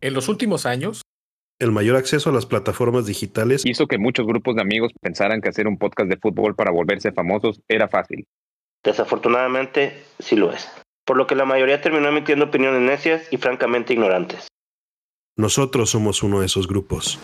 En los últimos años, el mayor acceso a las plataformas digitales hizo que muchos grupos de amigos pensaran que hacer un podcast de fútbol para volverse famosos era fácil. Desafortunadamente, sí lo es. Por lo que la mayoría terminó emitiendo opiniones necias y francamente ignorantes. Nosotros somos uno de esos grupos.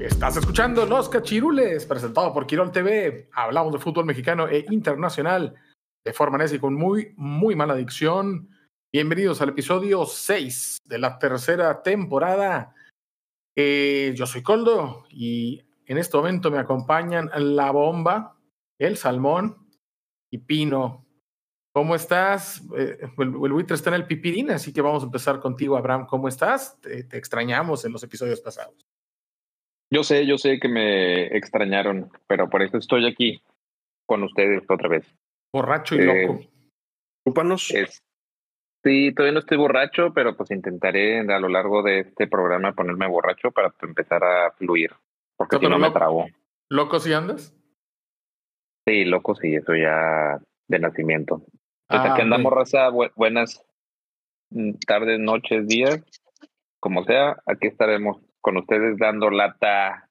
Estás escuchando Los Cachirules, presentado por Quirol TV. Hablamos de fútbol mexicano e internacional de forma necia y con muy, muy mala adicción. Bienvenidos al episodio 6 de la tercera temporada. Eh, yo soy Coldo y en este momento me acompañan La Bomba, El Salmón y Pino. ¿Cómo estás? Eh, el, el, buitre está en el pipirín, así que vamos a empezar contigo, Abraham. ¿Cómo estás? te, te extrañamos en los episodios pasados. Yo sé, yo sé que me extrañaron, pero por eso estoy aquí con ustedes otra vez. Borracho y eh, loco. Chúpanos. Es, sí, todavía no estoy borracho, pero pues intentaré a lo largo de este programa ponerme borracho para empezar a fluir, porque si no me trabo. ¿Loco si andas? Sí, loco sí, eso ya de nacimiento. Pues ah, aquí andamos, sí. raza, bu buenas mm, tardes, noches, días, como sea, aquí estaremos con ustedes dando lata.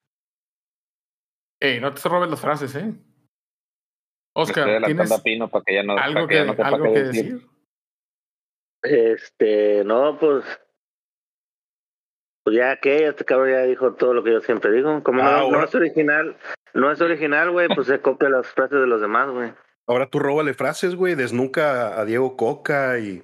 Ey, no te robes las frases, ¿eh? Oscar, ¿tienes Pino para que ya no, algo que, que, ya no sepa algo que decir? decir? Este, no, pues. Pues ya que este cabrón ya dijo todo lo que yo siempre digo. Como ah, no, no, es original, no es original, güey, pues se copia las frases de los demás, güey. Ahora tú róbale frases, güey, desnuca a Diego Coca y.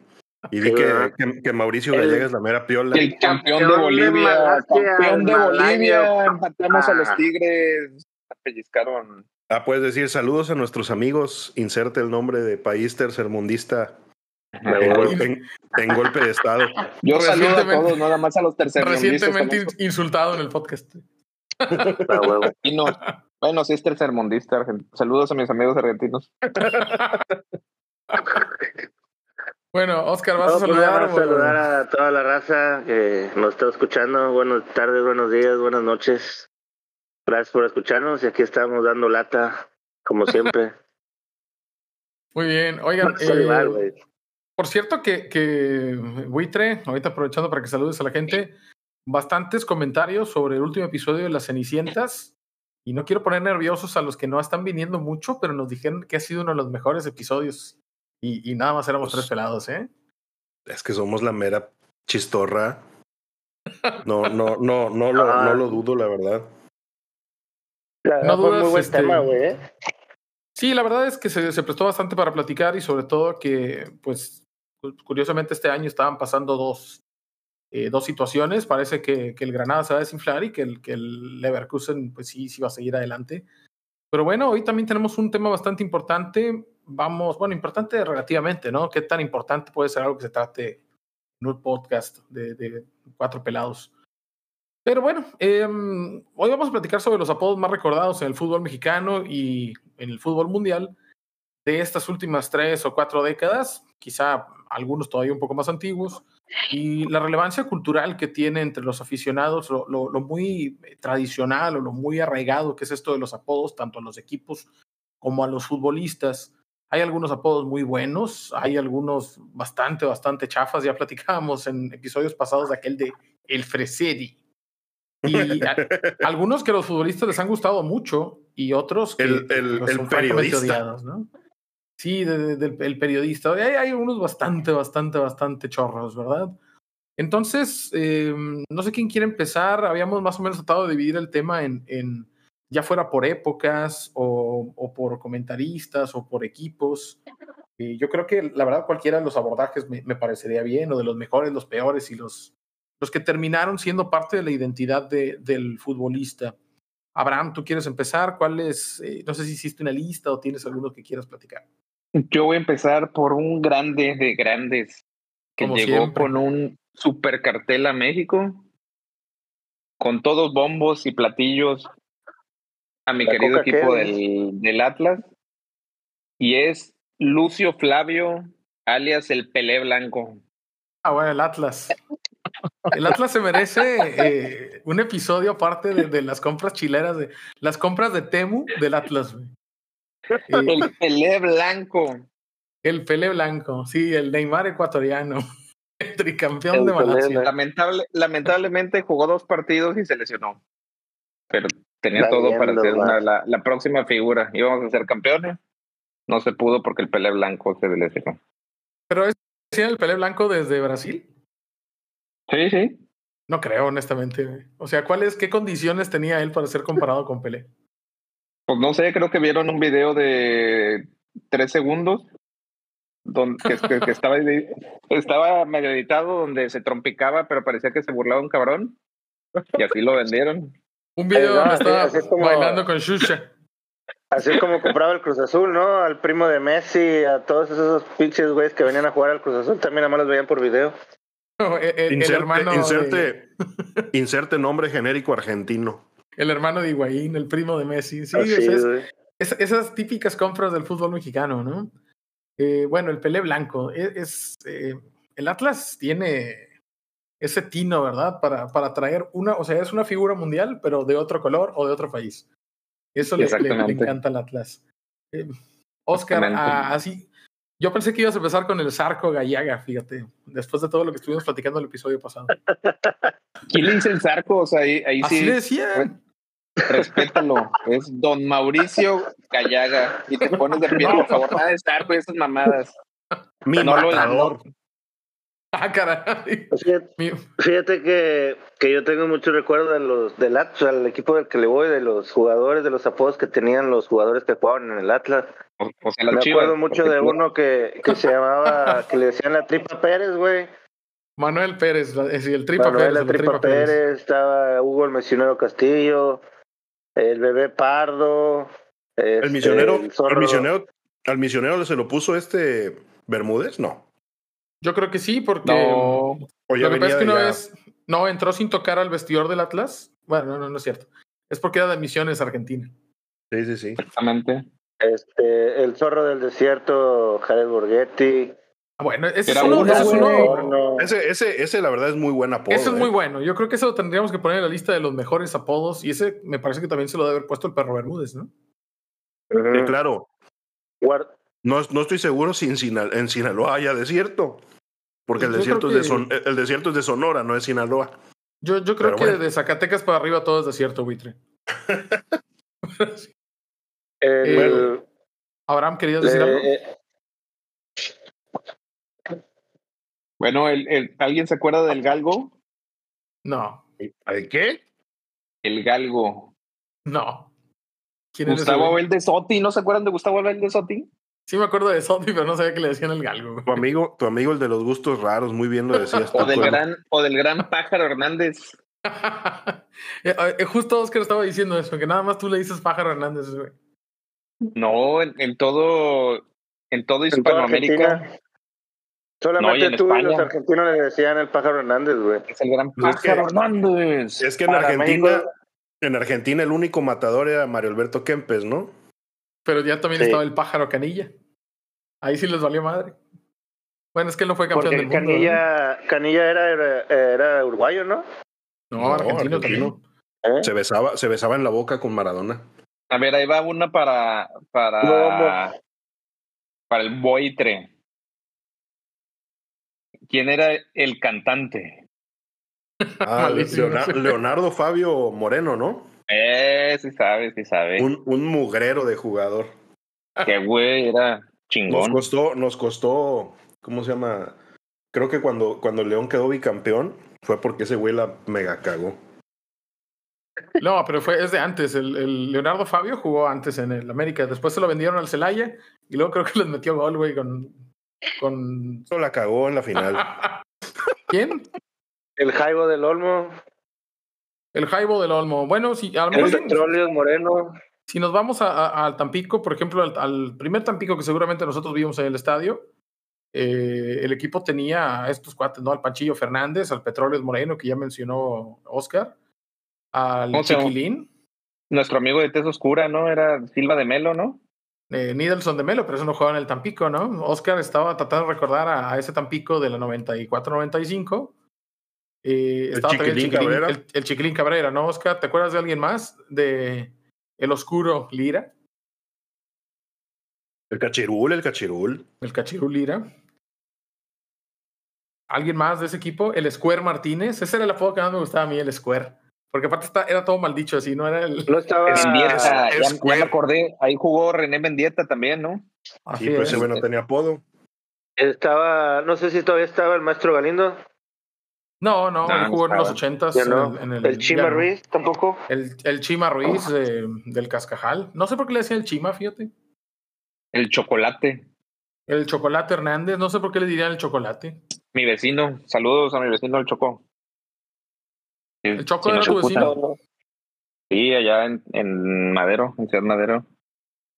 Y di que, que, que, Mauricio Gallega es la mera piola. El campeón, campeón de Bolivia, de Malasia, campeón de Bolivia, Malasia. empatamos ah. a los Tigres, pellizcaron. Ah, puedes decir saludos a nuestros amigos, inserte el nombre de país tercermundista en golpe, en, en, golpe de estado. Yo saludo a todos, nada más a los tercermundistas. Recientemente insultado en el podcast. Ah, y no, bueno, sí es tercermundista. Argentino. Saludos a mis amigos argentinos. Bueno, Oscar, vas no, a saludar. Vas pues a saludar a toda la raza que nos está escuchando. Buenas tardes, buenos días, buenas noches. Gracias por escucharnos y aquí estamos dando lata, como siempre. Muy bien, oigan. Eh, saludar, por cierto, que, que Buitre, ahorita aprovechando para que saludes a la gente, bastantes comentarios sobre el último episodio de Las Cenicientas. Y no quiero poner nerviosos a los que no están viniendo mucho, pero nos dijeron que ha sido uno de los mejores episodios. Y, y, nada más éramos pues, tres pelados, ¿eh? Es que somos la mera chistorra. No, no, no, no, lo, ah. no lo dudo, la verdad. La verdad no fue dudas, muy buen este, tema, güey. Sí, la verdad es que se, se, prestó bastante para platicar y sobre todo que, pues, curiosamente este año estaban pasando dos, eh, dos situaciones. Parece que, que, el Granada se va a desinflar y que el, que el Leverkusen, pues sí, sí va a seguir adelante. Pero bueno, hoy también tenemos un tema bastante importante vamos, bueno, importante relativamente, ¿no? ¿Qué tan importante puede ser algo que se trate en un podcast de, de cuatro pelados? Pero bueno, eh, hoy vamos a platicar sobre los apodos más recordados en el fútbol mexicano y en el fútbol mundial de estas últimas tres o cuatro décadas, quizá algunos todavía un poco más antiguos, y la relevancia cultural que tiene entre los aficionados, lo, lo, lo muy eh, tradicional o lo muy arraigado que es esto de los apodos, tanto a los equipos como a los futbolistas. Hay algunos apodos muy buenos, hay algunos bastante, bastante chafas. Ya platicábamos en episodios pasados de aquel de El Fresedi. Y a, algunos que a los futbolistas les han gustado mucho y otros que, el, el, que el periodista. Odiados, ¿no? Sí, de, de, del el periodista. Hay, hay, unos bastante, bastante, bastante chorros, ¿verdad? Entonces, eh, no sé quién quiere empezar. Habíamos más o menos tratado de dividir el tema en, en ya fuera por épocas o, o, por comentaristas o por equipos. Eh, yo creo que la verdad cualquiera de los abordajes me, me, parecería bien, o de los mejores, los peores y los, los que terminaron siendo parte de la identidad de, del futbolista. Abraham, ¿tú quieres empezar? ¿Cuál es? Eh, no sé si hiciste una lista o tienes alguno que quieras platicar. Yo voy a empezar por un grande de grandes que Como llegó siempre. con un super cartel a México, con todos bombos y platillos a mi la querido equipo del, del, Atlas, Y es Lucio Flavio, alias el Pelé Blanco. Ah, bueno, el Atlas. El Atlas se merece eh, un episodio aparte de, de, las compras chileras, de las compras de Temu del Atlas. Güey. Eh, el Pelé Blanco. El Pelé Blanco, sí, el Neymar ecuatoriano. El tricampeón el de Malasia. Lamentable, lamentablemente jugó dos partidos y se lesionó. Pero tenía Está todo bien, para ser una, la, la, próxima figura. Íbamos a ser campeones. No se pudo porque el Pelé Blanco se lesionó. Pero es el Pelé Blanco desde Brasil. Sí, sí. No creo, honestamente. O sea, ¿cuáles, qué condiciones tenía él para ser comparado con Pelé? Pues no sé, creo que vieron un video de tres segundos donde, que, que, que estaba, estaba medio editado donde se trompicaba, pero parecía que se burlaba un cabrón. Y así lo vendieron. Un video donde estaba así, así como, bailando con Shusha. Así como compraba el Cruz Azul, ¿no? Al primo de Messi, a todos esos pinches güeyes que venían a jugar al Cruz Azul, también a más los veían por video. No, el, el, inserte, el hermano inserte, de... inserte, nombre genérico argentino. El hermano de Higuaín, el primo de Messi. Sí, Así, es, es, esas típicas compras del fútbol mexicano, ¿no? Eh, bueno, el Pelé Blanco. Es, es eh, el Atlas tiene ese tino, ¿verdad? Para, para traer una, o sea, es una figura mundial, pero de otro color o de otro país. Eso le, le, le encanta al Atlas. Eh, Oscar, a, así, yo pensé que ibas a empezar con el Zarco Gallaga, fíjate, después de todo lo que estuvimos platicando el episodio pasado. ¿Quién le dice el Zarco? O sea, ahí, ahí Así sí. le decía. Respétalo, es don Mauricio Gallaga. Y te pones de pie, por favor, nada de Zarco y esas mamadas. Mi no matador. Ah, caray. Pues Fíjate, fíjate que, que, yo tengo mucho recuerdo de los del Atlas, al equipo del que le voy, de los jugadores, de los apodos que tenían los jugadores que jugaban en el Atlas. O, o sea, Me chivas, acuerdo mucho de uno que, que se llamaba, que le decían la tripa Pérez, güey. Manuel Pérez, la, es el tripa Pérez. Manuel, La tripa, tripa Pérez, Pérez, estaba Hugo el Misionero Castillo, el bebé Pardo. Este, el misionero, el, el misionero, al misionero se lo puso este Bermúdez, no. Yo creo que sí, porque no. o ya lo que pasa es que ya... una vez no entró sin tocar al vestidor del Atlas. Bueno, no, no, no es cierto. Es porque era de Misiones Argentina. Sí, sí, sí. Exactamente. Este, el zorro del desierto, Jared Borghetti. Ah, Bueno, ese Era es uno, uno, ese es uno- No, Ese, ese, ese, la verdad, es muy buen apodo. ese es ¿eh? muy bueno. Yo creo que eso lo tendríamos que poner en la lista de los mejores apodos. Y ese me parece que también se lo debe haber puesto el perro Bermúdez, ¿no? Sí, Ujú. eh, claro. Guar- No, no estoy seguro si en, Sinal- en Sinaloa haya desierto. Porque el Yo desierto, creo es de Son- el desierto es de Sonora, no es Sinaloa. Yo, yo creo Pero que bueno. de Zacatecas para arriba todo es desierto, buitre. el- Bueno. Abraham, ¿querías decir algo? eh, eh, Bueno, el, el- ¿alguien se acuerda del galgo? No, ¿De qué? El galgo. no. ¿Quién es Gustavo Abel de Sotti, ¿no se acuerdan de Gustavo Abel de Sotti? Sí me acuerdo de Sony, pero no sabía que le decían el galgo. güey. Tu amigo, tu amigo el de los gustos raros, muy bien lo decías. O ¿te del acuerdas? gran, o del gran pájaro Hernández. Eh, eh, Justo Oscar estaba diciendo eso, que nada más tú le dices pájaro Hernández, güey. No, en, en todo, en todo en toda Hispanoamérica Argentina. No, y Solamente en tú y los España. argentinos le decían el pájaro Hernández, güey. es el gran Pues es pájaro que- Hernández. Es que en Para Argentina, México- en Argentina el único matador era Mario Alberto Kempes, ¿no? Pero ya también Sí. estaba el pájaro Canilla. Ahí sí les valió madre. Bueno, es que él no fue campeón Porque del mundo. Canilla, Canilla era, era, era uruguayo, ¿no? No, No, argentino, argentino. también. ¿Eh? Se besaba, se besaba en la boca con Maradona. A ver, ahí va una para, para, No, para el Boitre. ¿Quién era el cantante? Ah, Malísimo. Leona- Leonardo, Fabio Moreno, ¿no? Eh, sí sabe, sí sabe. Un, un mugrero de jugador. Que güey era Nos chingón. costó, nos costó, ¿cómo se llama? Creo que cuando, cuando León quedó bicampeón fue porque ese güey la mega cagó. No, pero fue, es de antes. El, el Leonardo Fabio jugó antes en el América. Después se lo vendieron al Celaya y luego creo que les metió gol, güey, con. con... Eso la cagó en la final. ¿Quién? El Jaibo del Olmo, El Jaibo del Olmo. Bueno, si a lo el mejor sí- Petróleo Moreno. si nos vamos a- a- al Tampico, por ejemplo, al, al primer Tampico que seguramente nosotros vimos en el estadio, eh, el equipo tenía a estos cuates, ¿no? Al Panchillo Fernández, al Petróleo Moreno, que ya mencionó Oscar, al ¿Cómo se llama? Chiquilín. Nuestro amigo de Tez Oscura, ¿no? Era Silva de Melo, ¿no? eh, Nidelson de Melo, pero eso no jugaba en el Tampico, ¿no? Oscar estaba tratando de recordar a, a ese Tampico de la 94-95. Eh, El estaba también Chiquilín Cabrera. el, el Chiquilín Cabrera, ¿no, Oscar? ¿Te acuerdas de alguien más? De El Oscuro Lira, El cachirul, el cachirul. el Cachirú Lira. ¿Alguien más de ese equipo? El Square Martínez. Ese era el apodo que más me gustaba a mí, el Square. Porque aparte está- era todo mal dicho así, ¿no? Era el... No estaba. Ah, Es- Mendieta, es ya, ya Square. me acordé, ahí jugó René Mendieta también, ¿no? así Sí, pero es. ese güey no tenía apodo. Estaba, no sé si todavía estaba el maestro Galindo, No, no, No, él jugó en estaba. los ochentas. ya no. en el- en El, el- Chima ya no. Ruiz tampoco. El, el Chima Ruiz eh, del Cascajal. No sé por qué le decía el Chima, fíjate. El chocolate, El Chocolate Hernández, no sé por qué le dirían el Chocolate. mi vecino. Saludos a mi vecino, el Chocó. ¿El Choco era tu chuputa. vecino? Sí, allá en, en Madero, en Ciudad Madero.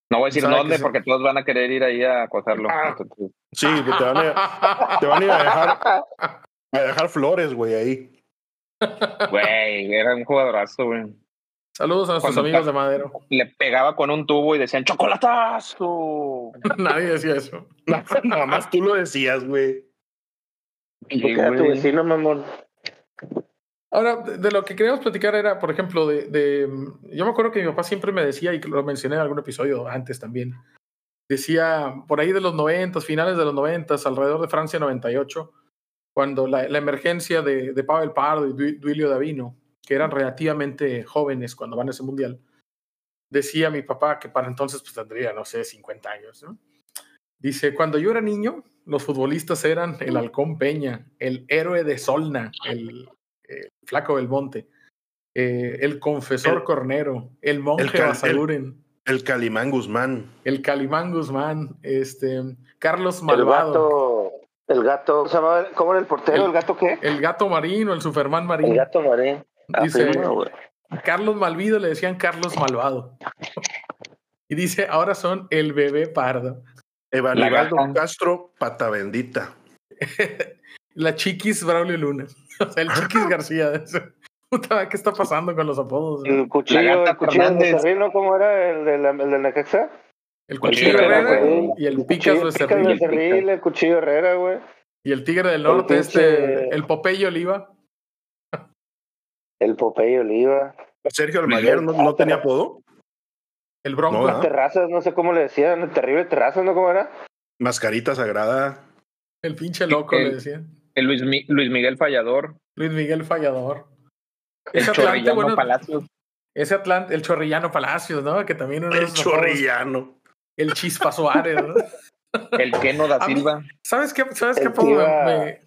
No voy a decir ¿Sabe que dónde sí? Ah. porque todos van a querer ir ahí a acosarlo. Entonces, Sí, que te van a, te van a ir a dejar, a dejar flores, güey, ahí. Güey, era un jugadorazo, güey. Saludos a nuestros Cuando amigos pa- de Madero. Le pegaba con un tubo y decían chocolatazo. Nadie decía eso. Nada más tú lo decías, güey. Y, Porque era tu güey, vecino, mamón. Ahora, de, de lo que queríamos platicar era, por ejemplo, de, de- mm, Yo me acuerdo que mi papá siempre me decía, y que lo mencioné en algún episodio antes también. Decía, por ahí de los 90, finales de los 90, alrededor de Francia 98, cuando la, la emergencia de, de Pavel Pardo y Du- Duilio Davino, que eran relativamente jóvenes cuando van a ese mundial, decía mi papá que para entonces pues, tendría, no sé, 50 años. ¿no? Dice, cuando yo era niño, los futbolistas eran el Halcón Peña, el héroe de Solna, el, el flaco del monte, eh, el confesor El- cornero, el el monje cal- el- Basaguren, El Calimán Guzmán. el Calimán Guzmán, este, Carlos El Malvado, gato. El gato. ¿cómo se llamaba? ¿Cómo era el portero? El- ¿El gato qué? el gato marino, el Superman El marino. gato marín. Ah, Dice- primo, güey. Carlos Malvido le decían Carlos Malvado. Y dice, ahora son el bebé pardo. Evanibaldo La gata. Castro, pata bendita. La chiquis Braulio Luna. O sea, el chiquis García. Puta, ¿qué está pasando con los apodos? no? El cuchillo, gata el cuchillo Fernández. de Becerril, ¿Cómo era el de la, el de Necaxa? El El cuchillo Tigre Herrera Herrera, y el Picas cuchillo- Picas Becerril. Becerril, el cuchillo Herrera, güey. Y el Tigre del Norte, El este, pinche- el Popeye Oliva. El Popeye Oliva. Sergio Almaguer no, no tenía apodo. El Bronco. No, ¿verdad? Terrazas, no sé cómo le decían. El terrible terrazas, ¿no? ¿Cómo era? Mascarita sagrada. El pinche loco, El- le decían. el Luis, Mi- Luis Miguel Fallador, Luis Miguel Fallador. el Ese Atlante, Chorrillano bueno, Palacios. ese Atlante, el Chorrillano Palacios, ¿no? Que también uno de El esos apodos. chorrillano. El Chispa Suárez, ¿no? El Keno da A mí- Silva. ¿Sabes qué, sabes qué El apodo me, Tiva. me-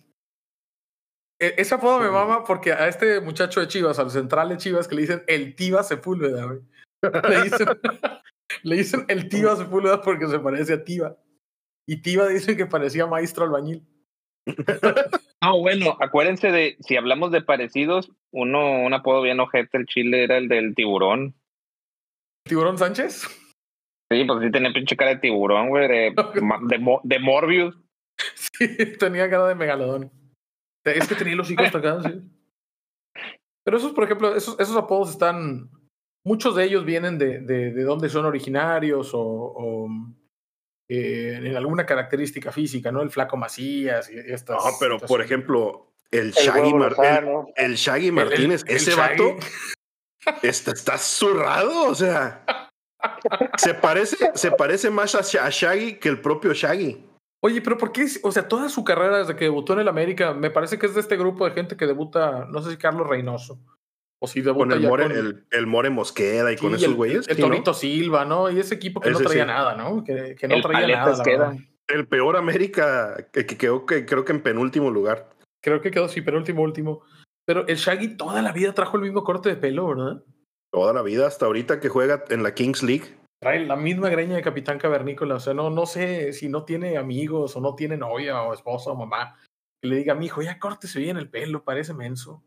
E- Ese apodo me mama porque a este muchacho de Chivas, al central de Chivas, que le dicen el Tiva Sepúlveda, güey. Le dicen, le dicen el Tiva Sepúlveda porque se parece a Tiva. Y Tiva dicen que parecía maestro albañil. Ah, bueno, acuérdense de, si hablamos de parecidos, uno, un apodo bien ojete, el chile era el del tiburón. ¿Tiburón Sánchez? Sí, pues sí tenía pinche cara de tiburón, güey, de, ma- de, Mo- de Morbius. Sí, tenía cara de megalodón. Es que tenía los hijos tocados, sí. Pero esos, por ejemplo, esos, esos apodos están. Muchos de ellos vienen de, de, de dónde son originarios o, o, eh, en alguna característica física, ¿no? El flaco Macías y estas. No, Ah, pero por situaciones. ejemplo, el El Shaggy, huevo Mar- el, Lozano. el Shaggy El- el- Martínez, el ese Shaggy. vato está, está zurrado, o sea. Se parece, se parece más a Sha- a Shaggy que el propio Shaggy. Oye, pero ¿por qué? es- O sea, toda su carrera desde que debutó en el América, me parece que es de este grupo de gente que debuta, no sé si Carlos Reynoso. O si debuta Con el ya More, con- el, el More Mosqueda y sí, con el- esos güeyes. El sí, ¿no? Torito Silva, ¿no? Y ese equipo que no Ese traía sí. nada, ¿no? Que, que no El traía nada. Paletas la queda. verdad. El peor América que, que quedó que creo que en penúltimo lugar. Creo que quedó sí, pero último, último. Pero el Shaggy toda la vida trajo el mismo corte de pelo, ¿verdad? Toda la vida hasta ahorita que juega en la Kings League. Trae la misma greña de Capitán Cavernícola. O sea, no, no sé si no tiene amigos o no tiene novia o esposa o mamá que le diga, mi hijo, ya córtese bien el pelo, parece menso.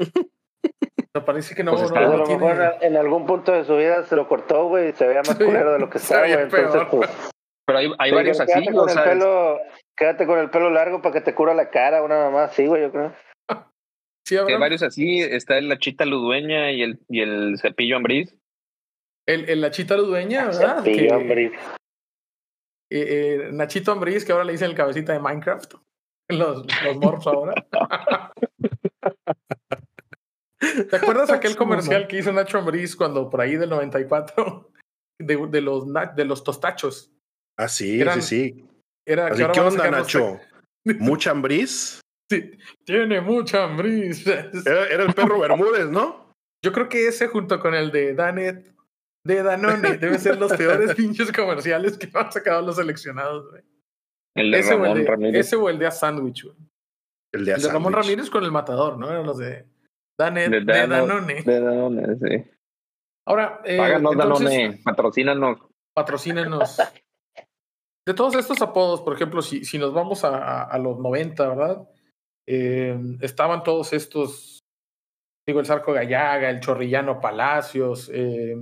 O sea, parece que no, Pues no, está- Pues a no lo tiene- mejor en algún punto de su vida se lo cortó, güey, y se veía más Sí, culero de lo que se estaba, veía güey. Entonces, peor. pues. Pero hay, hay sí, varios así, quédate o con, el sea, pelo, quédate con el pelo largo para que te cura la cara, una mamá así, güey, yo creo. Sí, habrá- hay varios así. Está el la chita ludueña y el, y el cepillo ambriz. El, el Nachito Arudueña, ¿verdad? Castillo, hombre. Eh, eh, Nachito Ambriz, que ahora le dicen el cabecita de Minecraft. Los, los morphs ahora. ¿Te acuerdas aquel comercial que hizo Nacho Ambriz cuando por ahí del 94? De, de los, na- de los tostachos. Ah, sí, Eran- sí, sí. Era, que Así, ahora ¿Qué van a onda, sacar los Nacho? ¿Mucha hambriz? te- Tiene mucha Ambriz. Era, era el perro Bermúdez, ¿no? Yo creo que ese junto con el de Danet, de Danone, deben ser los peores pinches comerciales que han sacado los seleccionados. güey. El de Ese, o Ramón el de, Ramírez. ese o el de A Sandwich. güey. El de, El de Ramón sándwich. Ramírez con el matador, ¿no? Eran los de Danet, De de, Dano- Danone. De Danone, sí. Ahora, eh, Páganos, entonces, Danone. Patrocínanos. patrocínenos. De todos estos apodos, por ejemplo, si, si nos vamos a, a- a los 90, ¿verdad? Eh, estaban todos estos, digo, el Zarco Gallaga, el Chorrillano Palacios, eh,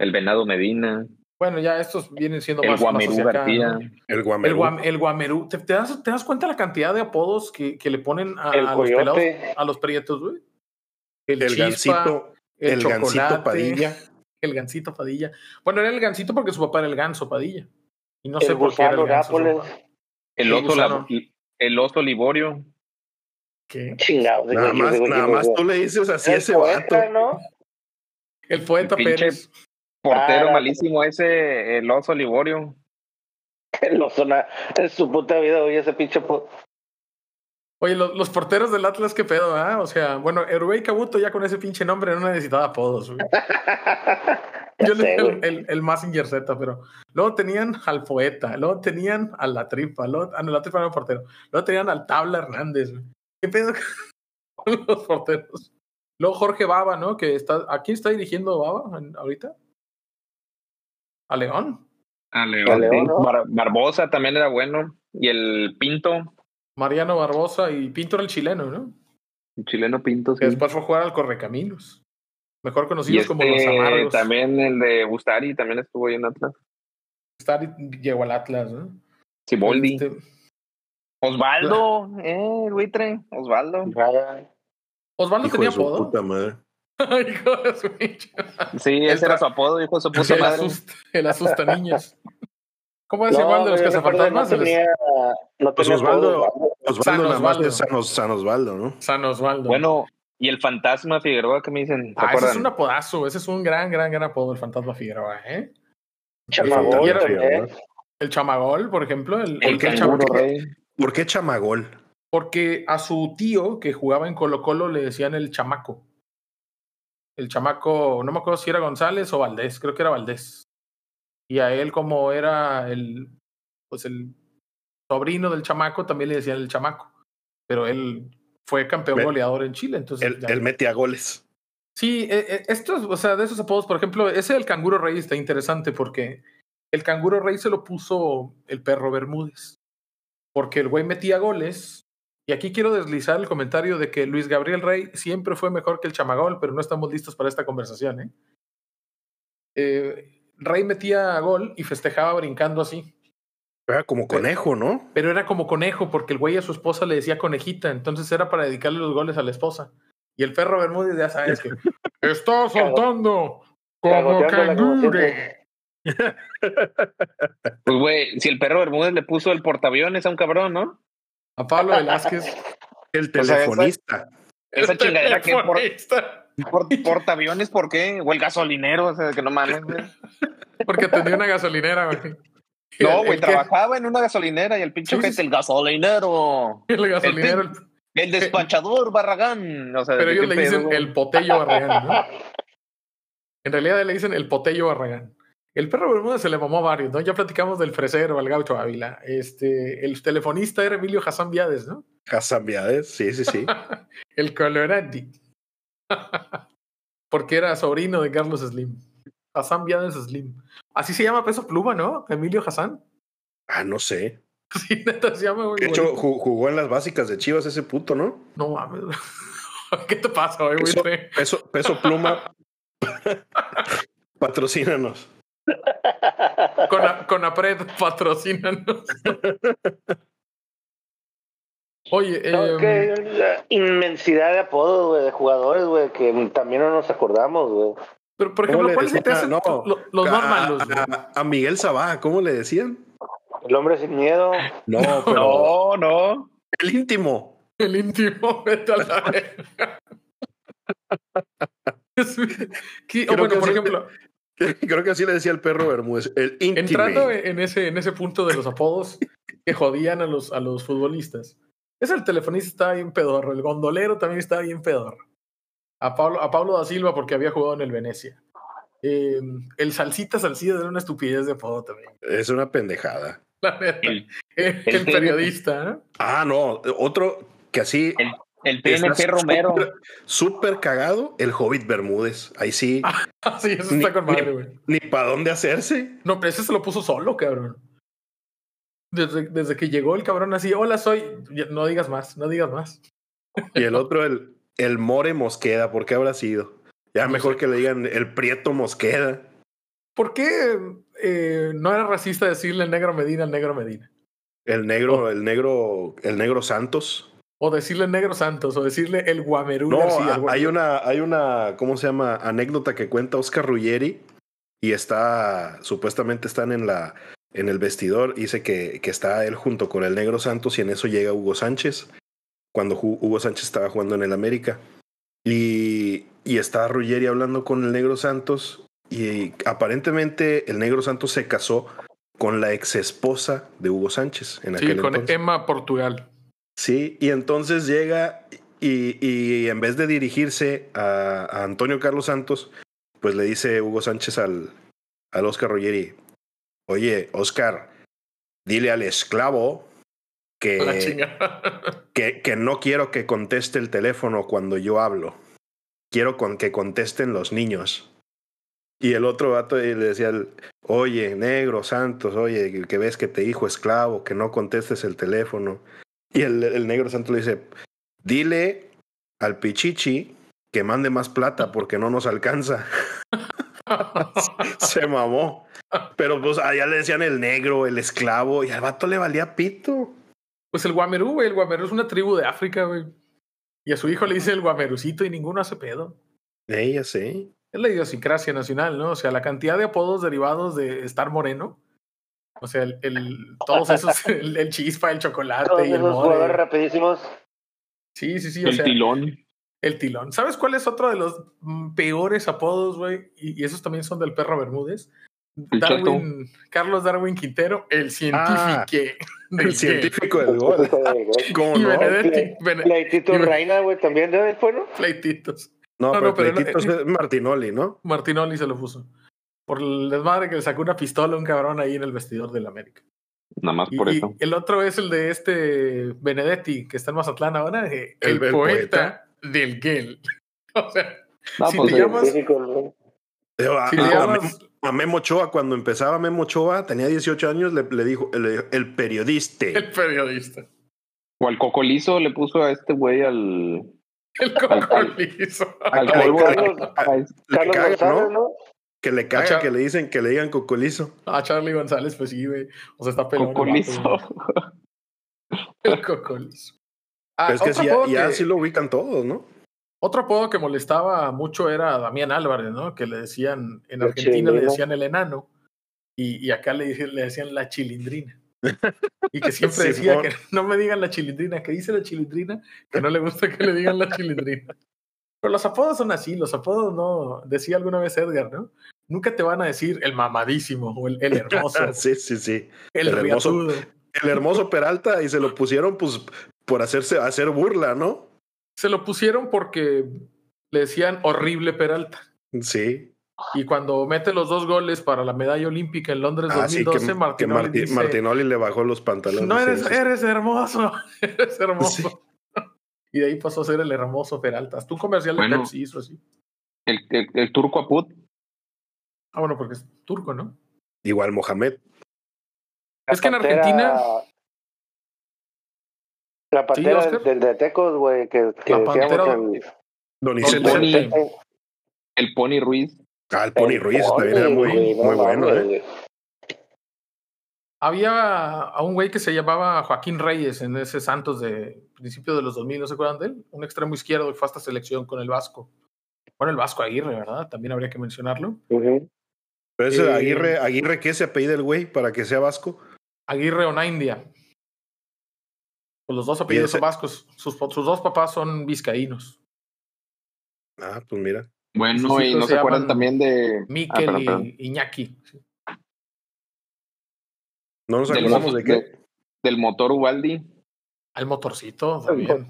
El Venado Medina. bueno, ya estos vienen siendo el más, más Guamerú hacia acá, García. ¿no? El El, guamerú. guam- el Guamerú. ¿Te, te das, te das cuenta la cantidad de apodos que, que le ponen a, El a los pelados, coyote. a los prietos, güey? El, el Chispa, gancito. El, gancito Chocolate, Padilla. El Gancito Padilla. Bueno, era el Gancito porque su papá era el Ganso Padilla. Y no sé el por qué era gusano el Ganso. su Nápoles. papá. El Sí, oso, Gusano. Lab- el oso Liborio. ¿Qué? Chingado. digo Nada yo, más, digo yo, nada digo más yo. tú le dices así a El ese poeta, vato. ¿no? El poeta Pinche- Pérez. Portero Ah, malísimo ese, el oso Liborio. Lo sona en su puta vida, oye, ese pinche. po- Oye, lo- los porteros del Atlas, qué pedo, ¿ah? O sea, bueno, Eruey Cabuto ya con ese pinche nombre no necesitaba apodos, güey. Ya Yo le sé, dije güey. el, el, el Mazinger Z, pero luego tenían al poeta, luego tenían a la tripa, luego, ah, no, la tripa no era portero, luego tenían al Tabla Hernández. güey. ¿Qué pedo con los porteros? Luego Jorge Baba, ¿no? Que está, ¿A quién está dirigiendo Baba en- ahorita? ¿A León? A A León, sí. ¿no? Bar- Barbosa también era bueno. Y el Pinto, Mariano Barbosa y Pintor el chileno, ¿no? el chileno Pinto. Que Sí. después fue a jugar al Correcaminos. Mejor Y conocidos este, como los Amargos. también el de Gustari también estuvo ahí en Atlas. Star- llegó al Atlas, ¿no? Siboldi. Este, Osvaldo, eh, el buitre, Osvaldo. Pues Nada. Osvaldo Hijo tenía de su apodo. puta madre. Hijo de su pinche- Sí, El ese era tra- su apodo, hijo de su puta el, madre. Pues asusta, el asusta niños. ¿Cómo es No, igual de los güey, yo recuerdo, cazafantasmas? No El es- tenía. No Pues tenía Osvaldo- apodo, San Osvaldo nada más Osvaldo. es San, Os- San Osvaldo, ¿no? San Osvaldo. Bueno, y el fantasma Figueroa que me dicen, ¿se ah, ese acuerdan? es un apodazo. Ese es un gran, gran, gran apodo, el fantasma Figueroa. ¿eh? Chamagol El fantasma también. El chamagol, por ejemplo. El, El porque, el canguro chama- rey. ¿Por qué Chamagol? porque a su tío que jugaba en Colo Colo le decían el chamaco. El chamaco, no me acuerdo si era González o Valdés, creo que era Valdés. Y a él, como era el, pues el sobrino del chamaco, también le decían el chamaco. Pero él fue campeón Ve- goleador en Chile, entonces Él, Pues ya- él metía goles. Sí, eh, eh, estos, o sea, de esos apodos, por ejemplo, ese del canguro rey está interesante porque el canguro rey se lo puso el perro Bermúdez, porque el güey metía goles. Y aquí quiero deslizar el comentario de que Luis Gabriel Rey siempre fue mejor que el chamagol, pero no estamos listos para esta conversación. ¿eh? Eh, Rey metía gol y festejaba brincando así, Era como conejo, ¿no? pero era como conejo porque el güey a su esposa le decía conejita, entonces era para dedicarle los goles a la esposa. Y el perro Bermúdez ya sabes que está soltando como Cagoteándola como canguro. siempre. Pues güey, si el perro Bermúdez le puso el portaaviones a un cabrón, ¿no? A Pablo Velázquez. Este El O sea, telefonista. Esa El chingadera que por- telefonista. Por- portaaviones, ¿por qué? O el gasolinero, o sea, que no mames, güey. Porque tenía una gasolinera, güey. No, güey, El que- trabajaba en una gasolinera y el pinche Sí, sí, gente, el gasolinero, El gasolinero. el- el despachador Barragán. O sea, pero ¿qué ellos le pedo, dicen güey? el potello Barragán, ¿no? En realidad le dicen el potello Barragán. El perro Bermúdez se le mamó a varios, ¿no? Ya platicamos del fresero, el gaucho Ávila. Este, el telefonista era Emilio Hassan Viades, ¿no? Hassan Viades, sí, sí, sí. El colorante. Porque era sobrino de Carlos Slim. Hassan Viades Slim. Así se llama peso pluma, ¿no? Emilio Hassan. Ah, no sé. Sí, neta se llama, güey. De hecho, güey. ju- jugó en las básicas de Chivas ese puto, ¿no? No mames. ¿Qué te pasa, güey? Eso- buitre? Peso, peso pluma. Patrocínanos. Con, la, con Apred, patrocínanos. Oye, No, em, que la inmensidad de apodos, güey, de jugadores, güey, que también no nos acordamos, güey. Pero, por ejemplo, ¿cuáles se te hacen No, ah, lo- los a- normales? A, a Miguel Sabá, ¿cómo le decían? El hombre sin miedo. No, pero No, no. el íntimo. El íntimo, vete a la verga. Es- ¿Qué- o Creo bueno, que por sí. ejemplo, Creo que así le decía el perro Bermúdez, el íntimo. entrando en ese, en ese punto de los apodos que jodían a los, a los futbolistas. Es el telefonista estaba bien pedorro, el gondolero también estaba bien pedorro. A Pablo, a Pablo da Silva porque había jugado en el Venecia. Eh, el salsita salsida era una estupidez de apodo también. Es una pendejada. La neta. El- Eh, El, el- periodista, ¿eh? Ah, no, otro que así. El- El está PNP Romero. súper- Súper cagado, el Hobbit Bermúdez. Ahí sí, Ah, sí, eso Ni- está con madre, güey. ni para dónde hacerse. No, pero ese se lo puso solo, cabrón. Desde, desde que llegó el cabrón así, hola, soy. Ya, No digas más, no digas más. Y el otro, el, el More Mosqueda, ¿por qué habrá sido? Ya mejor que le digan el Prieto Mosqueda. ¿Por qué eh, no era racista decirle negro Medina al negro Medina? El Oh. negro, el negro, el negro Santos. O decirle negro Santos, o decirle el Guamerú No, García, a- güey. hay una, hay una, ¿cómo se llama? Anécdota que cuenta Oscar Ruggeri y está, supuestamente están en la, en el vestidor. Dice que, que está él junto con el negro Santos y en eso llega Hugo Sánchez cuando Ju- Hugo Sánchez estaba jugando en el América. Y, y está Ruggeri hablando con el negro Santos y aparentemente el negro Santos se casó con la ex esposa de Hugo Sánchez en aquel Sí, con entonces. Emma Portugal. Sí, y entonces llega y, y en vez de dirigirse a, a Antonio Carlos Santos, pues le dice Hugo Sánchez al, al Oscar Ruggeri, oye, Oscar, dile al esclavo A La que, chingada. que, que no quiero que conteste el teléfono cuando yo hablo. Quiero con que contesten los niños. Y el otro vato eh, le decía, al- oye, negro, santos, oye, que- que ves que te dijo esclavo, que no contestes el teléfono. Y el, el negro santo le dice, dile al pichichi que mande más plata porque no nos alcanza. Se mamó. Pero pues allá le decían el negro, el esclavo, y al vato le valía pito. Pues el Guamerú, güey. El Guamerú es una tribu de África, güey. Y a su hijo le dice el Guamerucito y ninguno hace pedo. Ella sí. Es la idiosincrasia nacional, ¿no? O sea, la cantidad de apodos derivados de estar moreno. O sea, el, el- todos esos, el, el chispa, el Todos chocolate y esos el jugadores mole. rapidísimos. Sí, sí, sí. O El sea, tilón. el tilón. ¿Sabes cuál es otro de los mm, peores apodos, güey? Y, y esos también son del perro Bermúdez. El Darwin, Carlos Darwin Quintero, el Ah, científico. El científico del gol. Este, ¿Cómo Y no? Benedetti, Bene- Pleitito Y- Reina, güey, también de él fue, ¿no? pleititos. No, No, pero, no, pero no, Pleitito eh, es Martinoli, ¿no? Martinoli se lo puso. Por el desmadre que le sacó una pistola a un cabrón ahí en el vestidor del América. Nada más Y, por y eso. el otro es el de este Benedetti, que está en Mazatlán ahora, eh, El el, bel poeta, del Gel. O sea, No, si pues, te eh, llamas- Científico, güey. Eh, A, si le a- a llamas, Mem- a Memo Ochoa, cuando empezaba Memo Ochoa, tenía 18 años, le, le dijo el, el periodista. el periodista, O al cocolizo le puso a este güey al. el cocolizo. Al que le polvo. cagas. a- este a- Le Carlos caga, González, ¿no? ¿no? Que le caga, Acha- que le dicen, que le digan cocolizo. A Charlie González, pues sí, güey. O sea, está pelón. el Cocolizo. vato, güey. El cocolizo. Ah, Pero es que otro, sí, ya, apodo ya que, sí lo ubican todos, ¿no? otro apodo que molestaba mucho era a Damián Álvarez, ¿no? Que le decían, en La Argentina le chilindrina. decían el enano y, y acá le, dije- le decían la chilindrina. Y que siempre decía Simón. que no me digan la chilindrina, que dice la chilindrina, que no le gusta que le digan la chilindrina. Pero los apodos son así, los apodos no, decía alguna vez Edgar, ¿no? Nunca te van a decir el mamadísimo o el, el hermoso, Ah, sí, sí, sí. el, el hermoso. riatudo. El hermoso Peralta y se lo pusieron, pues, por hacerse, hacer burla, ¿no? Se lo pusieron porque le decían horrible Peralta. Sí. Y cuando mete los dos goles para la medalla olímpica en Londres Así Ah, que, 2012, que Martinoli Marti- dice, Martinoli le bajó los pantalones. no sí, eres, sí, sí. eres hermoso, eres hermoso. Sí. Y de ahí pasó a ser el hermoso Peralta. Hasta un comercial de Bueno. Pepsi hizo así. El, el, el turco Aput. Ah, bueno, porque es turco, ¿no? Igual Mohamed. Es que en Pantera- Argentina, La pantera Oscar. del, del de Tecos, güey, que, que La decíamos pantera- en- Donizetti. Pony. en- en- El Pony Ruiz. Ah, el Pony en- Ruiz también era muy, güey, no muy bueno, mames, ¿eh? güey. había a un güey que se llamaba Joaquín Reyes en ese Santos de principios de los 2000, ¿no se acuerdan de él? Un extremo izquierdo que fue hasta selección con el Vasco. Bueno, el Vasco Aguirre, ¿verdad? También habría que mencionarlo. Uh -huh. Pero ese Eh, Aguirre, Aguirre, ¿qué se apellida el güey para que sea vasco? Aguirre o India. Pues los dos apellidos ese- son vascos. Sus, pa- sus dos papás son vizcaínos. Ah, pues mira. Esos Bueno, y hijos no se se acuerdan llaman también de. Ah, Miquel perdón, y perdón. Iñaki. No nos Del, acordamos mo- de qué. de- del motor Ubaldi. Al motorcito también.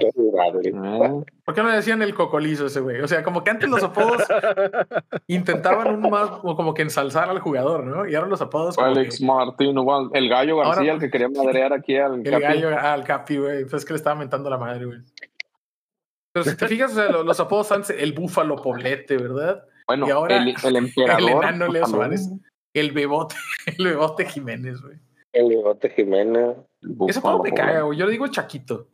Ah, ¿Por qué no le decían el cocolizo a ese güey? O sea, como que antes los apodos intentaban un más, o como que ensalzar al jugador, ¿no? Y ahora los apodos como Alex que Martín Ubaldi. El gallo Ahora- pues, García, el que quería madrear aquí al. el Capi. gallo al capi, güey. Pues es que le estaba mentando la madre, güey. Pero si te fijas, o sea, lo- los apodos antes, el búfalo poblete, ¿verdad? Bueno, y ahora- el, el emperador. el enano Leo también. Suárez. El bebote, el bebote Jiménez, güey. El bigote Jimena. El Ese apodo búfalo, me güey. caga, güey. Yo le digo el chaquito.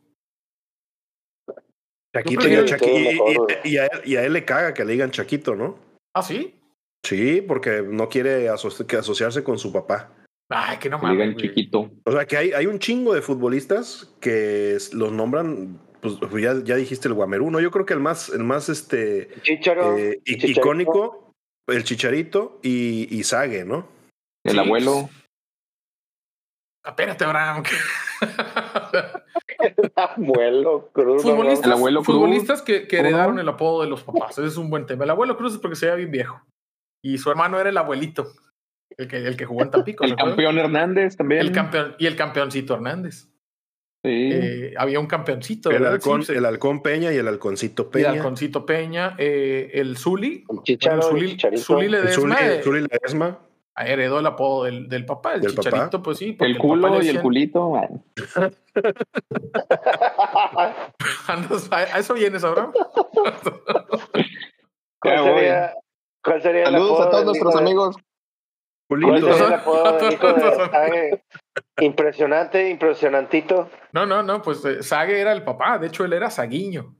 Chaquito Yo y, creo el que- Chaqui- y- todo y- y a él, y a él le caga que le digan Chaquito, ¿no? ¿Ah, sí? Sí, porque no quiere aso- que asociarse con su papá. Ay, que no Le digan mames, güey. chiquito. O sea, que hay, hay un chingo de futbolistas que es- los nombran, pues ya, ya dijiste el Guameruno, yo creo que el más, el más este, Chicharo. eh, i- Chicharito. icónico, el Chicharito y, y Sague, ¿no? El Sí, pues, abuelo. Espérate, Abraham. Abuelo, crudo. futbolistas El abuelo Cruz. futbolistas que, que ¿Cómo heredaron no? el apodo de los papás. Ese es un buen tema. El abuelo Cruz es porque se veía bien viejo. Y su hermano era el abuelito. El que, el que jugó en Tampico. El ¿se acuerdan? campeón Hernández también. El campeón, y el campeoncito Hernández. Sí. Eh, había un campeoncito. El ¿verdad? halcón, Sí, el halcón Peña y el halconcito el Peña. halconcito Peña. eh, el Zuli. El Bueno, Chicharo, el el Zuli, Chicharito. Zuli El Zuli, Ledesma el eh, Zuli Ledesma. heredó el apodo del, del papá. El ¿Del papá? chicharito, pues sí. porque el papá le culo y el decían- culito. ah, Andas- ¿A a eso vienes, Abraham? ya ¿Cuál voy. sería, cuál sería el Saludos apodo a todos del nuestros hijo de- amigos. ¿Cuál Julito. sería Saludos. el apodo del hijo de Sague? Impresionante, impresionantito. No, no, no, pues eh, Sague era el papá, de hecho él era Saguiño.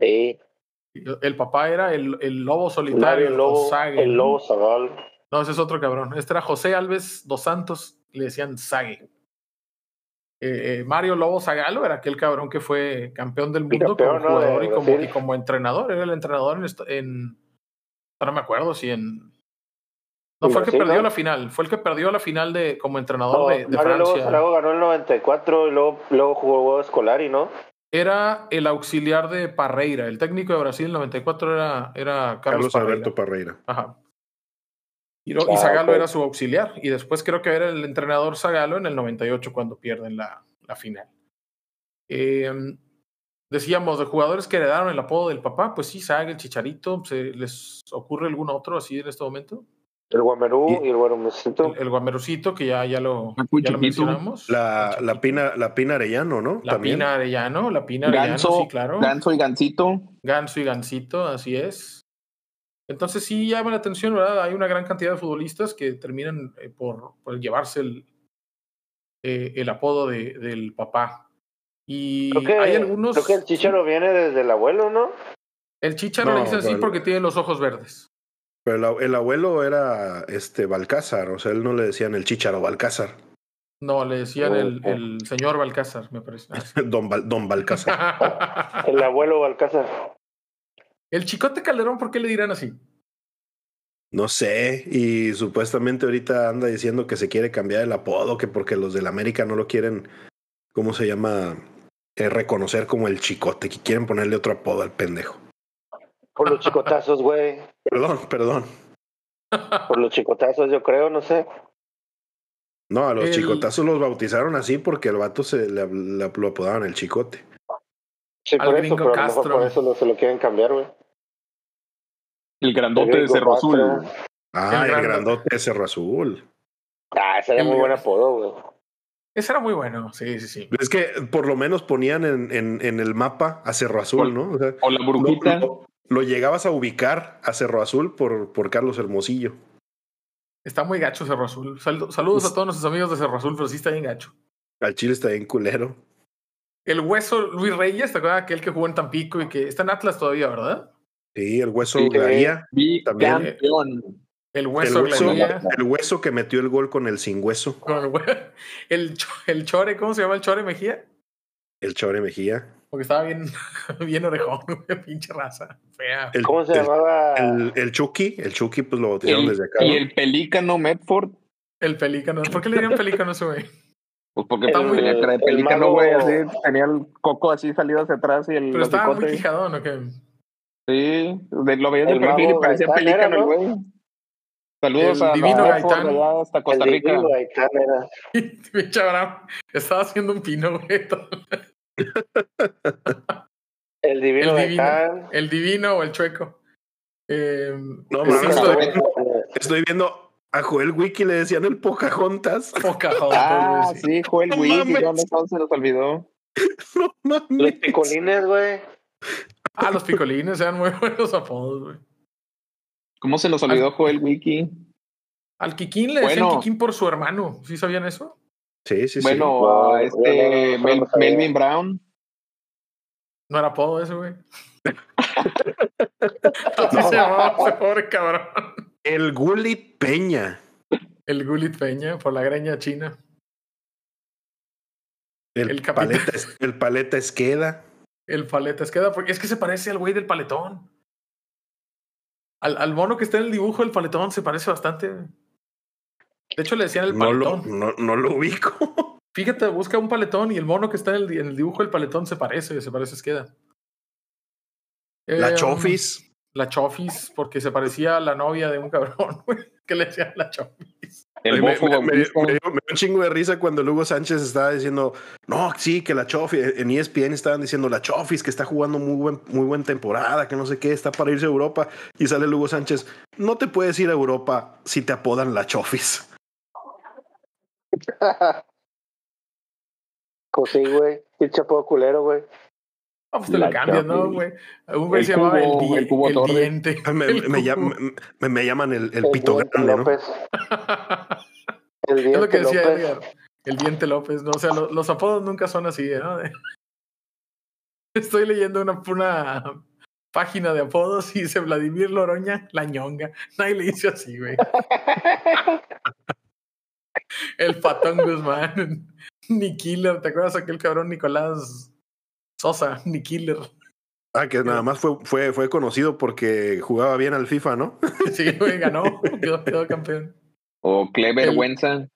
Sí, El papá era el, el lobo solitario, Mario el el Lobo, Sague. el Lobo Zagal. No, ese es otro cabrón. Este era José Alves dos Santos, le decían Sague. Eh, eh, Mario Lobo Zagalo era aquel cabrón que fue campeón del mundo campeón, como ¿no? de jugador y, como, Brasil. y como entrenador. Era el entrenador en, esta- en- no me acuerdo si en no En fue el que Brasil, perdió ¿no? la final, fue el que perdió la final de como No, entrenador de, de Mario Lobo Francia. Zarago ganó el 94 y luego, luego jugó Escolari, ¿no? era el auxiliar de Parreira. El técnico de Brasil en 94 era, era Carlos, Carlos Parreira. Alberto Parreira. Ajá. Y, lo- y Ah, Zagallo ok. era su auxiliar. Y después creo que era el entrenador Zagallo en el 98 cuando pierden la, la final. Eh, decíamos, de jugadores que heredaron el apodo del papá, pues sí, Zague, el Chicharito. ¿Se les ocurre algún otro así en este momento? El Guamerú Y- y el Guamerúcito. El, el Guamerucito, que ya, ya, lo, Paco ya lo Chiquito. mencionamos. La, El la, Chiquito. pina, la pina Arellano, ¿no? La Pina Arellano, la Pina Arellano, Ganso, sí, claro. Ganso y Gancito. Ganso y Gansito, así es. Entonces sí llama la atención, ¿verdad? Hay una gran cantidad de futbolistas que terminan eh, por, por llevarse el, eh, el apodo de- del papá. Y Creo que, hay algunos... creo que el Chicharo viene desde el abuelo, ¿no? El Chicharo le No, dicen así pero- porque tiene los ojos verdes. Pero el, ab- el abuelo era este Balcázar, o sea, él no le decían el chicharo Balcázar, No, le decían Oh, el, oh. el señor Balcázar, me parece. don, Bal- don Balcázar. Ah, sí. El abuelo Balcázar. el Chicote Calderón, ¿por qué le dirán así? No sé, y supuestamente ahorita anda diciendo que se quiere cambiar el apodo, que porque los del América no lo quieren, ¿cómo se llama? Eh, reconocer como el chicote, que quieren ponerle otro apodo al pendejo. Por los chicotazos, güey. Perdón, perdón. Por los chicotazos, yo creo, no sé. No, a los El- chicotazos los bautizaron así porque el vato se le, le- lo apodaban el chicote. Sí, Al por eso, gringo pero a lo mejor Castro. por eso no se lo quieren cambiar, güey. El grandote de Gringo Cerro Azul. Castro. Ah, El el, grandote. grandote de Cerro Azul. Ah, ese era El- muy buen apodo, güey. Ese era muy bueno, sí, sí, sí. Es que por lo menos ponían en, en- en el mapa a Cerro Azul, ¿no? O sea, O la brujita. Lo, lo llegabas a ubicar a Cerro Azul por, por Carlos Hermosillo. Está muy gacho Cerro Azul. Sal- saludos a todos nuestros amigos de Cerro Azul, pero sí está bien gacho. Al Chile está bien culero. El hueso Luis Reyes, ¿te acuerdas aquel que jugó en Tampico y que está en Atlas todavía, verdad? Sí, el hueso Sí. eh, Glaría, Bicampeón. El El hueso, hueso, Glaría, el hueso que metió el gol con el sin hueso, con el, hue- el, cho- el Chore, ¿cómo se llama el Chore Mejía? el Chore Mejía. Porque estaba bien, bien orejón, pinche raza. Fea. El, ¿Cómo se el- llamaba? El, el Chucky, el Chucky, pues lo bautizaron El- desde acá. y ¿no? el pelícano Medford, El pelícano. ¿Por qué le dieron pelícano a ese güey? pues porque Está muy- tenía cara de el pelícano, mago- güey, así, tenía el coco así salido hacia atrás y el Pero estaba muy hocicote. quijadón, ¿o qué? Sí, de- lo veías de El perfil y mago parecía Gaitán era, pelícano el ¿no? güey. Saludos El a divino Medford, Gaitán. allá hasta Costa El de Rica. Ivo Gaitán era. Pinche Abraham. Estaba haciendo un pino, güey. El El divino divino. Gaitán. El divino o el chueco. Eh, No, el mames, cinco güey. de Estoy viendo a Joel Wiki le decían el Pocahontas. Pocahontas, Ah, pues, güey, sí. sí, Joel No Wheaton, mames. ¿dónde cómo se nos olvidó? No Los mames. picolines, güey. Ah, los picolines eran muy buenos apodos, güey. ¿Cómo se nos olvidó Joel Wiki? Al Kikín le decían Bueno. Kikín por su hermano. ¿Sí sabían eso? Sí, sí, sí. Bueno, Wow, a este yo no- no lo Mel- sabía. Melvin Brown. No era apodo ese, güey. Así se llamaba ese pobre cabrón. el Gulit Peña. El Gulit Peña por la greña china. El, El capitán. paleta, Es- el paleta Esqueda. El paleta queda porque es que se parece al güey del paletón. Al, al mono que está en el dibujo del paletón se parece bastante. De hecho, le decían el No lo, paletón. no, no lo ubico. Fíjate, busca un paletón y el mono que está en el, di- en el dibujo del paletón se parece, se parece a Esqueda. La Eh, um, Em, Chofis. La Chofis, porque se parecía a la novia de un cabrón, güey, que le decían la Chofis. El me, bofo me- me- bautista. me dio me dio un chingo de risa cuando Lugo Sánchez estaba diciendo, no, sí, que la Chofis, en E ESPN estaban diciendo la Chofis, que está jugando muy buen, muy buena temporada, que no sé qué, está para irse a Europa. Y sale Lugo Sánchez, no te puedes ir a Europa si te apodan la Chofis. Pues sí, güey. Pinche apodo culero, güey. Ah, pues te La lo cambias, ¿no, Chofis. güey? Un güey El se llamaba cubo, el, di- el cubo el Torres. diente. Ah, Me, El me cubo. llaman, me, me llaman el, el pito diente grande, ¿no? López. El es lo que diente decía López. Edgar. El diente López, ¿no? O sea, lo- los apodos nunca son así, ¿eh? ¿no? De- Estoy leyendo una, una página de apodos y dice Vladimir Loroña, la ñonga. Nadie le dice así, güey. El patón Guzmán. Ni Killer, ¿te acuerdas aquel cabrón Nicolás Sosa? Ni Killer. Ah, que nada más fue, fue, fue conocido porque jugaba bien al FIFA, ¿no? Sí, güey, ganó, quedó, quedó campeón. O Clever el- Wenza.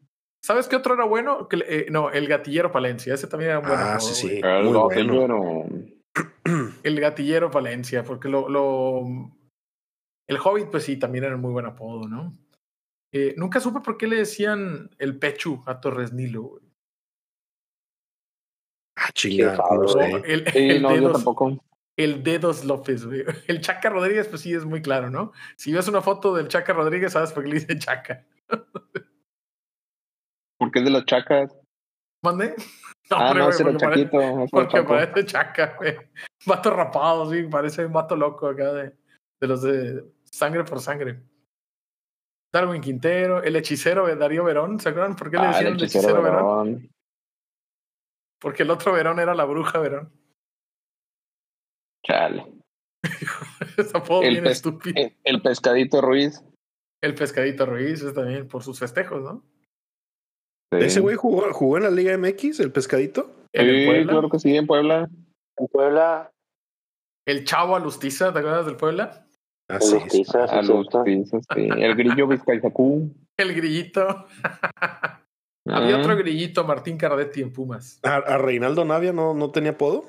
¿Sabes qué otro era bueno? Que le- eh, no, el gatillero Palencia, ese también era un buen ah, apodo, sí, güey. sí. El Muy bueno. gofillero. El gatillero Valencia, porque lo, lo. El Hobbit, pues sí, también era un muy buen apodo, ¿no? Eh, nunca supe por qué le decían el Pechu a Torres Nilo. güey. Ah, chinga, Qué no O sé. el, Sí, el no, yo dedos, tampoco. el Dedos López, güey. El Chaca Rodríguez, pues sí, es muy claro, ¿no? Si ves una foto del Chaca Rodríguez, sabes por qué le dice Chaca. Porque es de los chacas. ¿Mande? No, Ah, hombre, no, güey, es el porque parece- chaquito. es el Porque chaco. parece chaca, güey. Vato rapado, sí, parece un vato loco acá de, de los de sangre por sangre. Darwin Quintero, el hechicero de Darío Verón, ¿se acuerdan por qué le Ah, decían el el hechicero, hechicero Verón? Verón. Porque el otro Verón era la bruja Verón. Chale. Ese apodo El bien pes- estúpido. El, el pescadito Ruiz. El pescadito Ruiz es también por sus festejos, ¿no? Sí. ¿Ese güey jugó, jugó en la Liga MX, el pescadito? En el, Sí, Puebla. claro que sí, en Puebla. En Puebla, el chavo Alustiza, ¿te acuerdas del Puebla? en Así es. Lustiza, A Ah, sí, los cierto. pisos, sí. El grillo Vizcaizacú. El grillito. Ah. Había otro grillito, Martín Cardetti en Pumas. ¿A, a Reinaldo Navia no, no tenía apodo?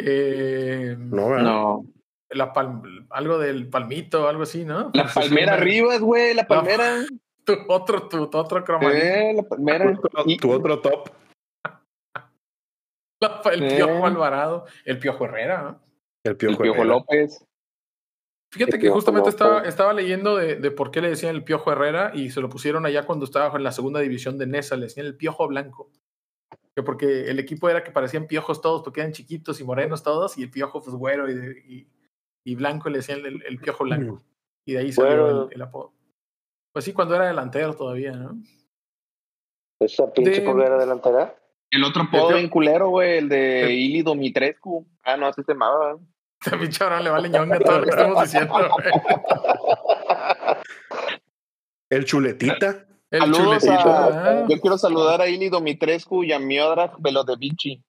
Eh, No, ¿verdad? Ah, No. la palm- algo del palmito, algo así, ¿no? La Pues, palmera una- Rivas, güey, la palmera. tu otro, tu, tu otro cromadito. Eh, la Ah, palmera. Tu, tu otro top. La- El Eh. Piojo Alvarado, el Piojo Herrera. ¿no? El El Piojo, Piojo Herrera. López. Fíjate El que Piojo justamente López. estaba, estaba leyendo de, de por qué le decían el Piojo Herrera y se lo pusieron allá cuando estaba en la segunda división de Nesa, le decían el Piojo Blanco. Que porque el equipo era que parecían piojos todos, porque eran chiquitos y morenos todos, y el piojo pues güero y, de- y, y blanco le decían el, el piojo blanco. Y de ahí salió Güero. el, el apodo. Pues sí, cuando era delantero todavía, ¿no? Esa pinche De- pulguera delantera. El otro Piojo- pobre en culero, güey, el El- de Ili Domitrescu. Ah, no, así se llamaba. A mi chabrón le vale ñonga todo lo que estamos diciendo. güey. El Chuletita. El Saludos chuletito. a- ¿verdad? Yo quiero saludar a Ili Domitrescu y a Miodra Velodevici.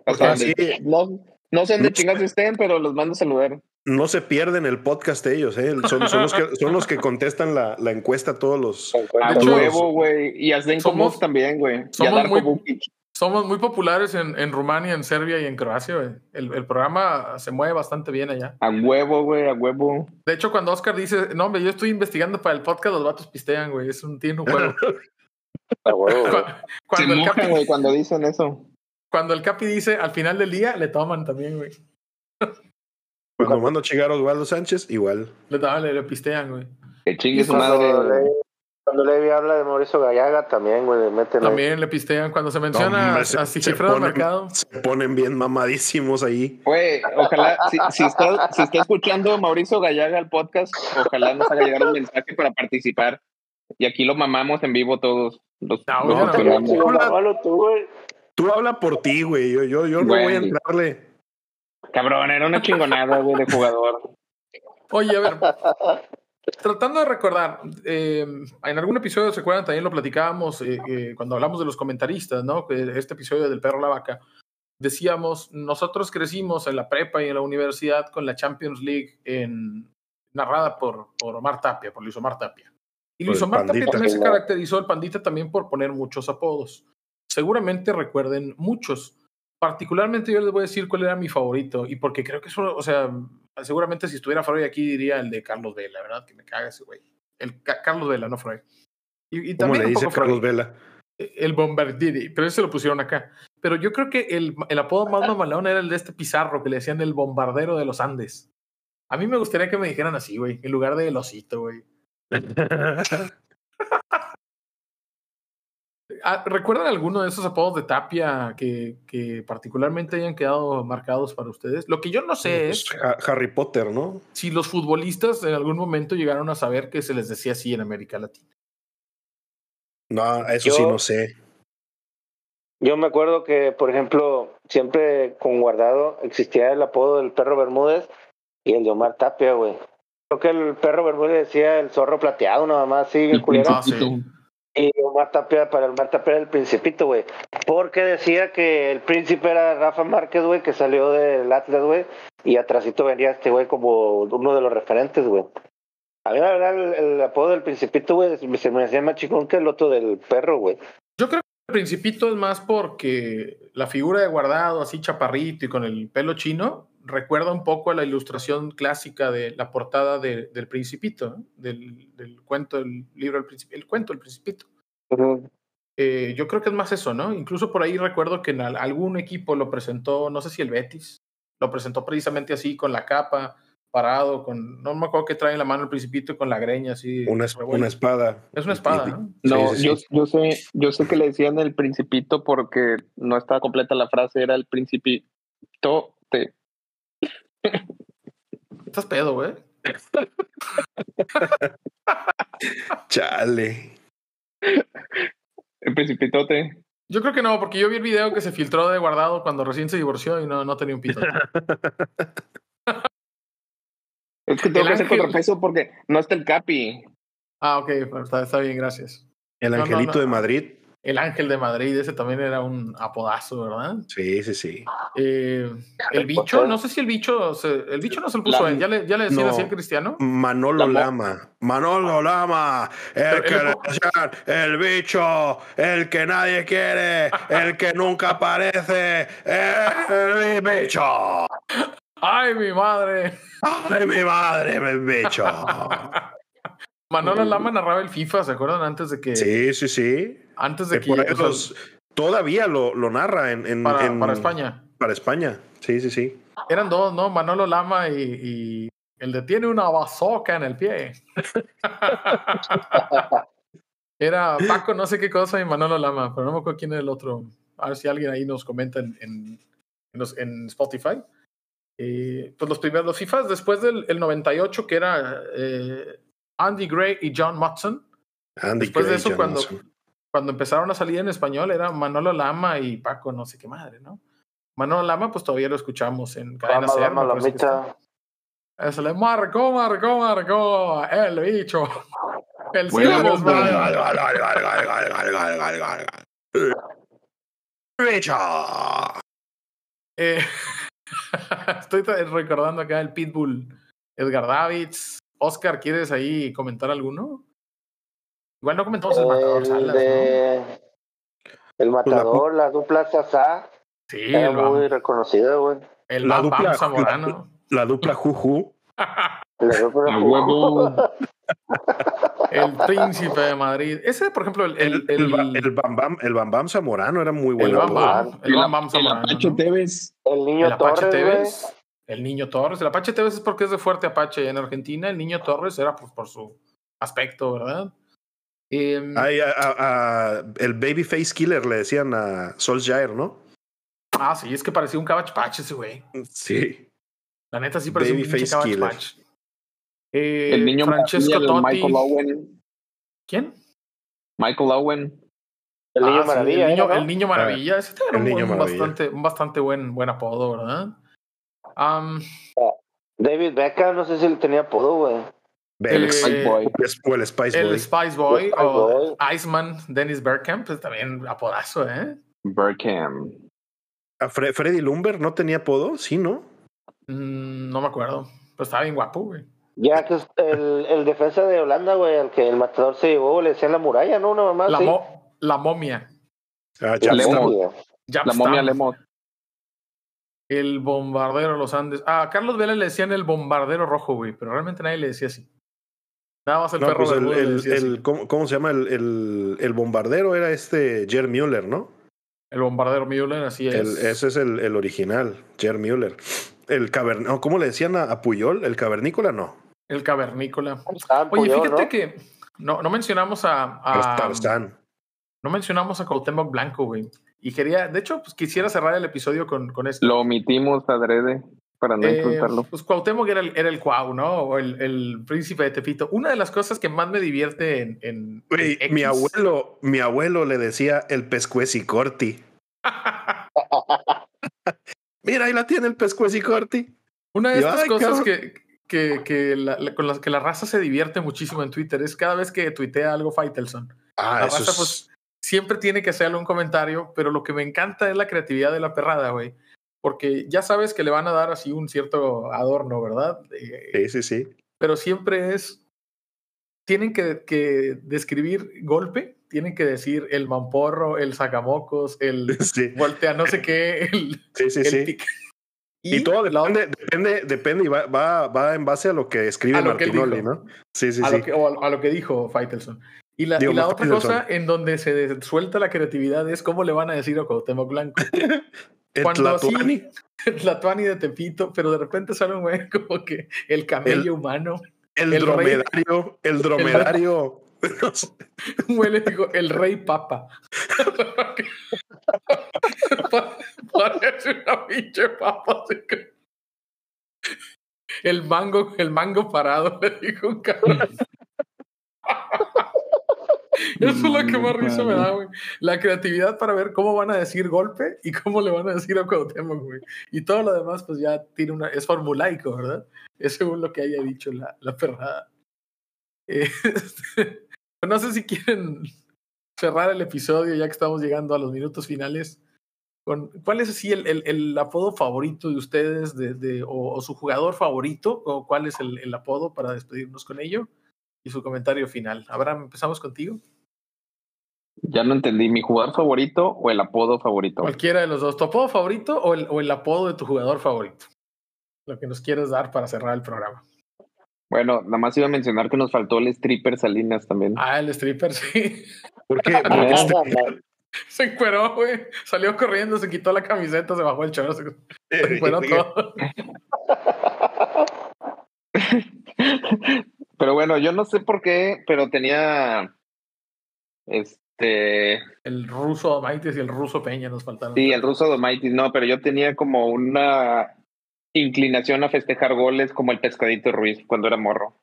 O Porque sea, así- de- no, No sé dónde chingas estén, pero los mando a saludar. No se pierden el podcast de ellos, ¿eh? Son, son los, que, son los que contestan la, la encuesta todos los. A todos huevo, Ah, güey. Y a Zdenko Somos- Muf también, güey. Y a somos Darko muy- Bukic. Somos muy populares en, en Rumania, en Serbia y en Croacia. güey. El, el programa se mueve bastante bien allá. A huevo, güey, a huevo. De hecho, cuando Oscar dice, no, hombre, yo estoy investigando para el podcast, los vatos pistean, güey. Es un tiene un juego. A huevo, güey. Cu- Se cuando, el mojan, capi, güey, cuando dicen eso. cuando el Capi dice, al final del día, le toman también, güey. Cuando mando a chingar a Osvaldo Sánchez, igual. Le, toman, le, le pistean, güey. Que chingue su madre. Cuando, güey. Levi, cuando Levi habla de Mauricio Gallaga, también, güey, le meten ahí. También le pistean. Cuando se menciona hombre, a se- se Sigifredo ponen- Mercado, Se ponen bien mamadísimos ahí. Güey, ojalá, si, si está, si está escuchando Mauricio Gallaga el podcast, ojalá nos haga llegar un mensaje para participar. Y aquí lo mamamos en vivo todos. Los, No, los yo no. También, esperamos. chingón, malo tú, güey. Tú habla por ti, güey. Yo, yo, yo no voy a Güey. entrarle. Cabrón, era una chingonada, güey, de jugador. Oye, a ver, tratando de recordar, eh, en algún episodio, ¿se acuerdan? También lo platicábamos eh, eh, cuando hablamos de los comentaristas, ¿no? Que Este episodio del perro la vaca. Decíamos, nosotros crecimos en la prepa y en la universidad con la Champions League en, narrada por, por Omar Tapia, por Luis Omar Tapia. Y Por Luis el Omar Tapia Pandita. también se caracterizó el pandita también por poner muchos apodos. Seguramente recuerden muchos. Particularmente yo les voy a decir cuál era mi favorito y porque creo que es uno, o sea, seguramente si estuviera Freud aquí diría el de Carlos Vela, ¿verdad? Que me caga ese güey. El Ca- Carlos Vela, no Freud. Y, y Como también le un dice poco Freud Carlos Vela. el Bombardini, pero ese lo pusieron acá. Pero yo creo que el, el apodo más mamalón era el de este Pizarro, que le decían el bombardero de los Andes. A mí me gustaría que me dijeran así, güey, en lugar de el osito, güey. Ah, ¿Recuerdan alguno de esos apodos de Tapia que, que particularmente hayan quedado marcados para ustedes? Lo que yo no sé es Ha- Harry Potter, ¿no? si los futbolistas en algún momento llegaron a saber que se les decía así en América Latina. No, eso Yo- sí no sé. Yo me acuerdo que, por ejemplo, siempre con Guardado existía el apodo del perro Bermúdez y el de Omar Tapia, güey. Creo que el perro Bermúdez decía el zorro plateado, nada más así, bien culero. Ah, sí. Y Omar Tapia, para el Omar Tapia era el principito, güey. Porque decía que el príncipe era Rafa Márquez, güey, que salió del Atlas, güey. Y atrásito venía este güey como uno de los referentes, güey. A mí, la verdad, el, el apodo del principito, güey, se me hacía más chingón que el otro del perro, güey. Yo creo que el principito es más porque la figura de guardado, así chaparrito y con el pelo chino, recuerda un poco a la ilustración clásica de la portada de- del principito, ¿no? del, del cuento, el libro, el, Principi- el cuento, el principito. Eh, yo creo que es más eso, ¿no? Incluso por ahí recuerdo que en al- algún equipo lo presentó, no sé si el Betis, lo presentó precisamente así, con la capa, parado, con, no me acuerdo que trae en la mano el principito y con la greña así. Una, es- revuelta. una espada. es una espada, ¿no? No, Sí, sí, yo, sí. yo sé, yo sé que le decían el principito porque no estaba completa la frase, era el principito. Te. Estás pedo, güey. Chale. El principitote. Yo creo que no, porque yo vi el video que se filtró de guardado cuando recién se divorció y no, no tenía un pito. Es que tengo El que hacer ángel. contrapeso porque no está el Capi. Ah, ok, bueno, está, está bien, gracias. El No, no, angelito no. de Madrid. El Ángel de Madrid, ese también era un apodazo, ¿verdad? Sí, sí, sí. Eh, el bicho, no sé si el bicho, se- el bicho no se lo puso La- él, ya le, ya le decían no. así al cristiano. Manolo La mo- Lama. Manolo Lama. El Pero que él le es- decían el bicho. El que nadie quiere. El que nunca aparece. El bicho. ¡Ay, mi madre! Ay, mi madre, el bicho. Manolo Lama narraba el FIFA, ¿se acuerdan? Antes de que. Mm. Sí, sí, sí. Antes de Que que. por o sea, esos- todavía lo, lo narra en, en- para, en- para España. Para España. Sí, sí, sí. Eran dos, ¿no? Manolo Lama y, y el de tiene una bazoca en el pie. Era Paco no sé qué cosa y Manolo Lama, pero no me acuerdo quién era el otro. A ver si alguien ahí nos comenta en, en- en los- en Spotify. Eh, pues los primeros, los FIFAs después del el 98, que era eh, Andy Gray y John Motson, Andy Después de Craig eso, cuando- Johnson. cuando empezaron a salir en español, era Manolo Lama y Paco no sé qué madre, ¿no? Manolo Lama, pues todavía lo escuchamos en Cadena Vamos, Ser, me vamos, la parece pues que está. mitad. Eso le marcó, marcó, marcó. El bicho. El Bueno, cielo nos bueno. va. Bicho. Eh, Estoy recordando acá el Pitbull, Edgar Davids. Oscar, ¿quieres ahí comentar alguno? Igual no comentamos el, el matador Salas, de... ¿no? El matador, la, la dupla Sasa. Sí, el muy reconocido, güey. El la dupla Bam Zamorano. La, la dupla Juju. la dupla Juju. el príncipe de Madrid. Ese, por ejemplo, el. El, el, el, el Bam, Bam, el Bam Bam Zamorano era muy bueno. El Bam Bam, el Bam, Bam Zamorano. El Apache ¿no? Tevez. El niño el Apache Torres. Tevez, el niño Torres. El Apache Tevez es porque es de fuerte Apache en Argentina. El niño Torres era pues, por, por su aspecto, ¿verdad? Em, Um, Ay, a, a, a, el Babyface Killer le decían a Solskjaer, ¿no? Ah, sí, es que parecía un cabach ese güey. Sí. La neta sí parecía Babyface un Killer. Eh, el niño Francesco Maravilla, Totti. Michael Owen. ¿Quién? Michael Owen. El niño ah, Maravilla. Sí, el, niño, ¿no? el, niño, Maravilla. Ese era Ah, el un, niño un Maravilla. bastante, un bastante buen, buen apodo, ¿verdad? Um, David Beckham, no sé si le tenía apodo, güey. El, Eh, Spice Boy. O el Spice Boy. El Spice Boy Spice o Boy. Iceman, Dennis Bergkamp, pues también apodazo, ¿eh? Burkham. A Fre- Freddy Lumber no tenía apodo, sí, ¿no? Mm, no me acuerdo. Pero estaba bien guapo, güey. Ya que es el, el defensa de Holanda, güey, al que el matador se llevó, le decían la muralla, ¿no? Una mamá La, así. mo- la momia. Ah, ya Lemo. está. güey. Jab La momia Stamp, Lemos. El bombardero de los Andes. Ah, a Carlos Vela le decían el bombardero rojo, güey, pero realmente nadie le decía así. Nada más el No, perro pues el- Bermudo el- le decía así. el- ¿cómo, cómo se llama? El, el- el bombardero era este Jer Mueller, ¿no? El bombardero Müller, así es. El- ese es el, el original, Jer Mueller. El cavern... no, ¿Cómo le decían a, a Puyol? ¿El cavernícola? No. El cavernícola. Estaban Oye, Puyol, fíjate ¿no? que no, no mencionamos a, Al a- Tarzán. no mencionamos a Cuauhtémoc Blanco, güey. Y quería, de hecho, pues quisiera cerrar el episodio con, con esto. Lo omitimos adrede para no Eh, insultarlo. pues Cuauhtémoc era el, era el Cuau, ¿no? O el, el príncipe de Tepito. Una de las cosas que más me divierte en. en- Güey, en mi X. abuelo, mi abuelo le decía el pescuecicorti. Mira, ahí la tiene el pescuecicorti. Una de Yo, estas ay, cosas cabrón. que, que, que la- la- con las que la raza se divierte muchísimo en Twitter es cada vez que tuitea algo Faitelson. Ah, La eso raza, es- pues, siempre tiene que hacerle un comentario, pero lo que me encanta es la creatividad de la perrada, güey. Porque ya sabes que le van a dar así un cierto adorno, ¿verdad? Eh, Sí, sí, sí. Pero siempre es. Tienen que, que describir golpe, tienen que decir el mamporro, el sacamocos, el Sí, voltea no sé qué, el, sí, sí. el sí. tic. Y, todo la otra- depende, depende, depende y va, va, va en base a lo que escribe A lo que él Martinoli, dijo. ¿no? Sí, sí, a, sí. lo que, o a lo- a lo que dijo Faitelson. Y la, Digo, y la más otra Faitelson. cosa en donde se des- suelta la creatividad es cómo le van a decir a Cuauhtémoc Blanco. El Cuando Tlatuani, así, la Tuani de Tepito, pero de repente sale un güey como que el camello El- humano, el, el rey- dromedario, el dromedario. un güey le dijo el rey papa. Pa- Parece una pinche papa. así que- El mango, el mango parado, le dijo un cabrón. Eso es lo que más risa me da, güey. La creatividad para ver cómo van a decir golpe y cómo le van a decir a Cuauhtémoc, güey. Y todo lo demás, pues ya tiene una. Es formulaico, ¿verdad? Es según lo que haya dicho la, la perrada. Eh, no sé si quieren cerrar el episodio ya que estamos llegando a los minutos finales. Con, ¿Cuál es así el, el- el apodo favorito de ustedes de, de- o, o su jugador favorito? ¿O cuál es el, el apodo para despedirnos con ello? Y su comentario final. Abraham, empezamos contigo. Ya no entendí, ¿mi jugador favorito o el apodo favorito? Cualquiera de los dos, tu apodo favorito o el, o el apodo de tu jugador favorito. Lo que nos quieres dar para cerrar el programa. Bueno, nada más iba a mencionar que nos faltó el stripper Salinas también. Ah, el stripper, sí. ¿Por qué? Ah, Porque este- man. Se encueró, güey. Salió corriendo, se quitó la camiseta, se bajó el chorro, se, se encueró todo. Pero bueno, yo no sé por qué, pero tenía este El ruso Maitis y el ruso Peña nos faltaron. Sí, el ruso Domaitis, no, pero yo tenía como una inclinación a festejar goles como el pescadito Ruiz cuando era morro.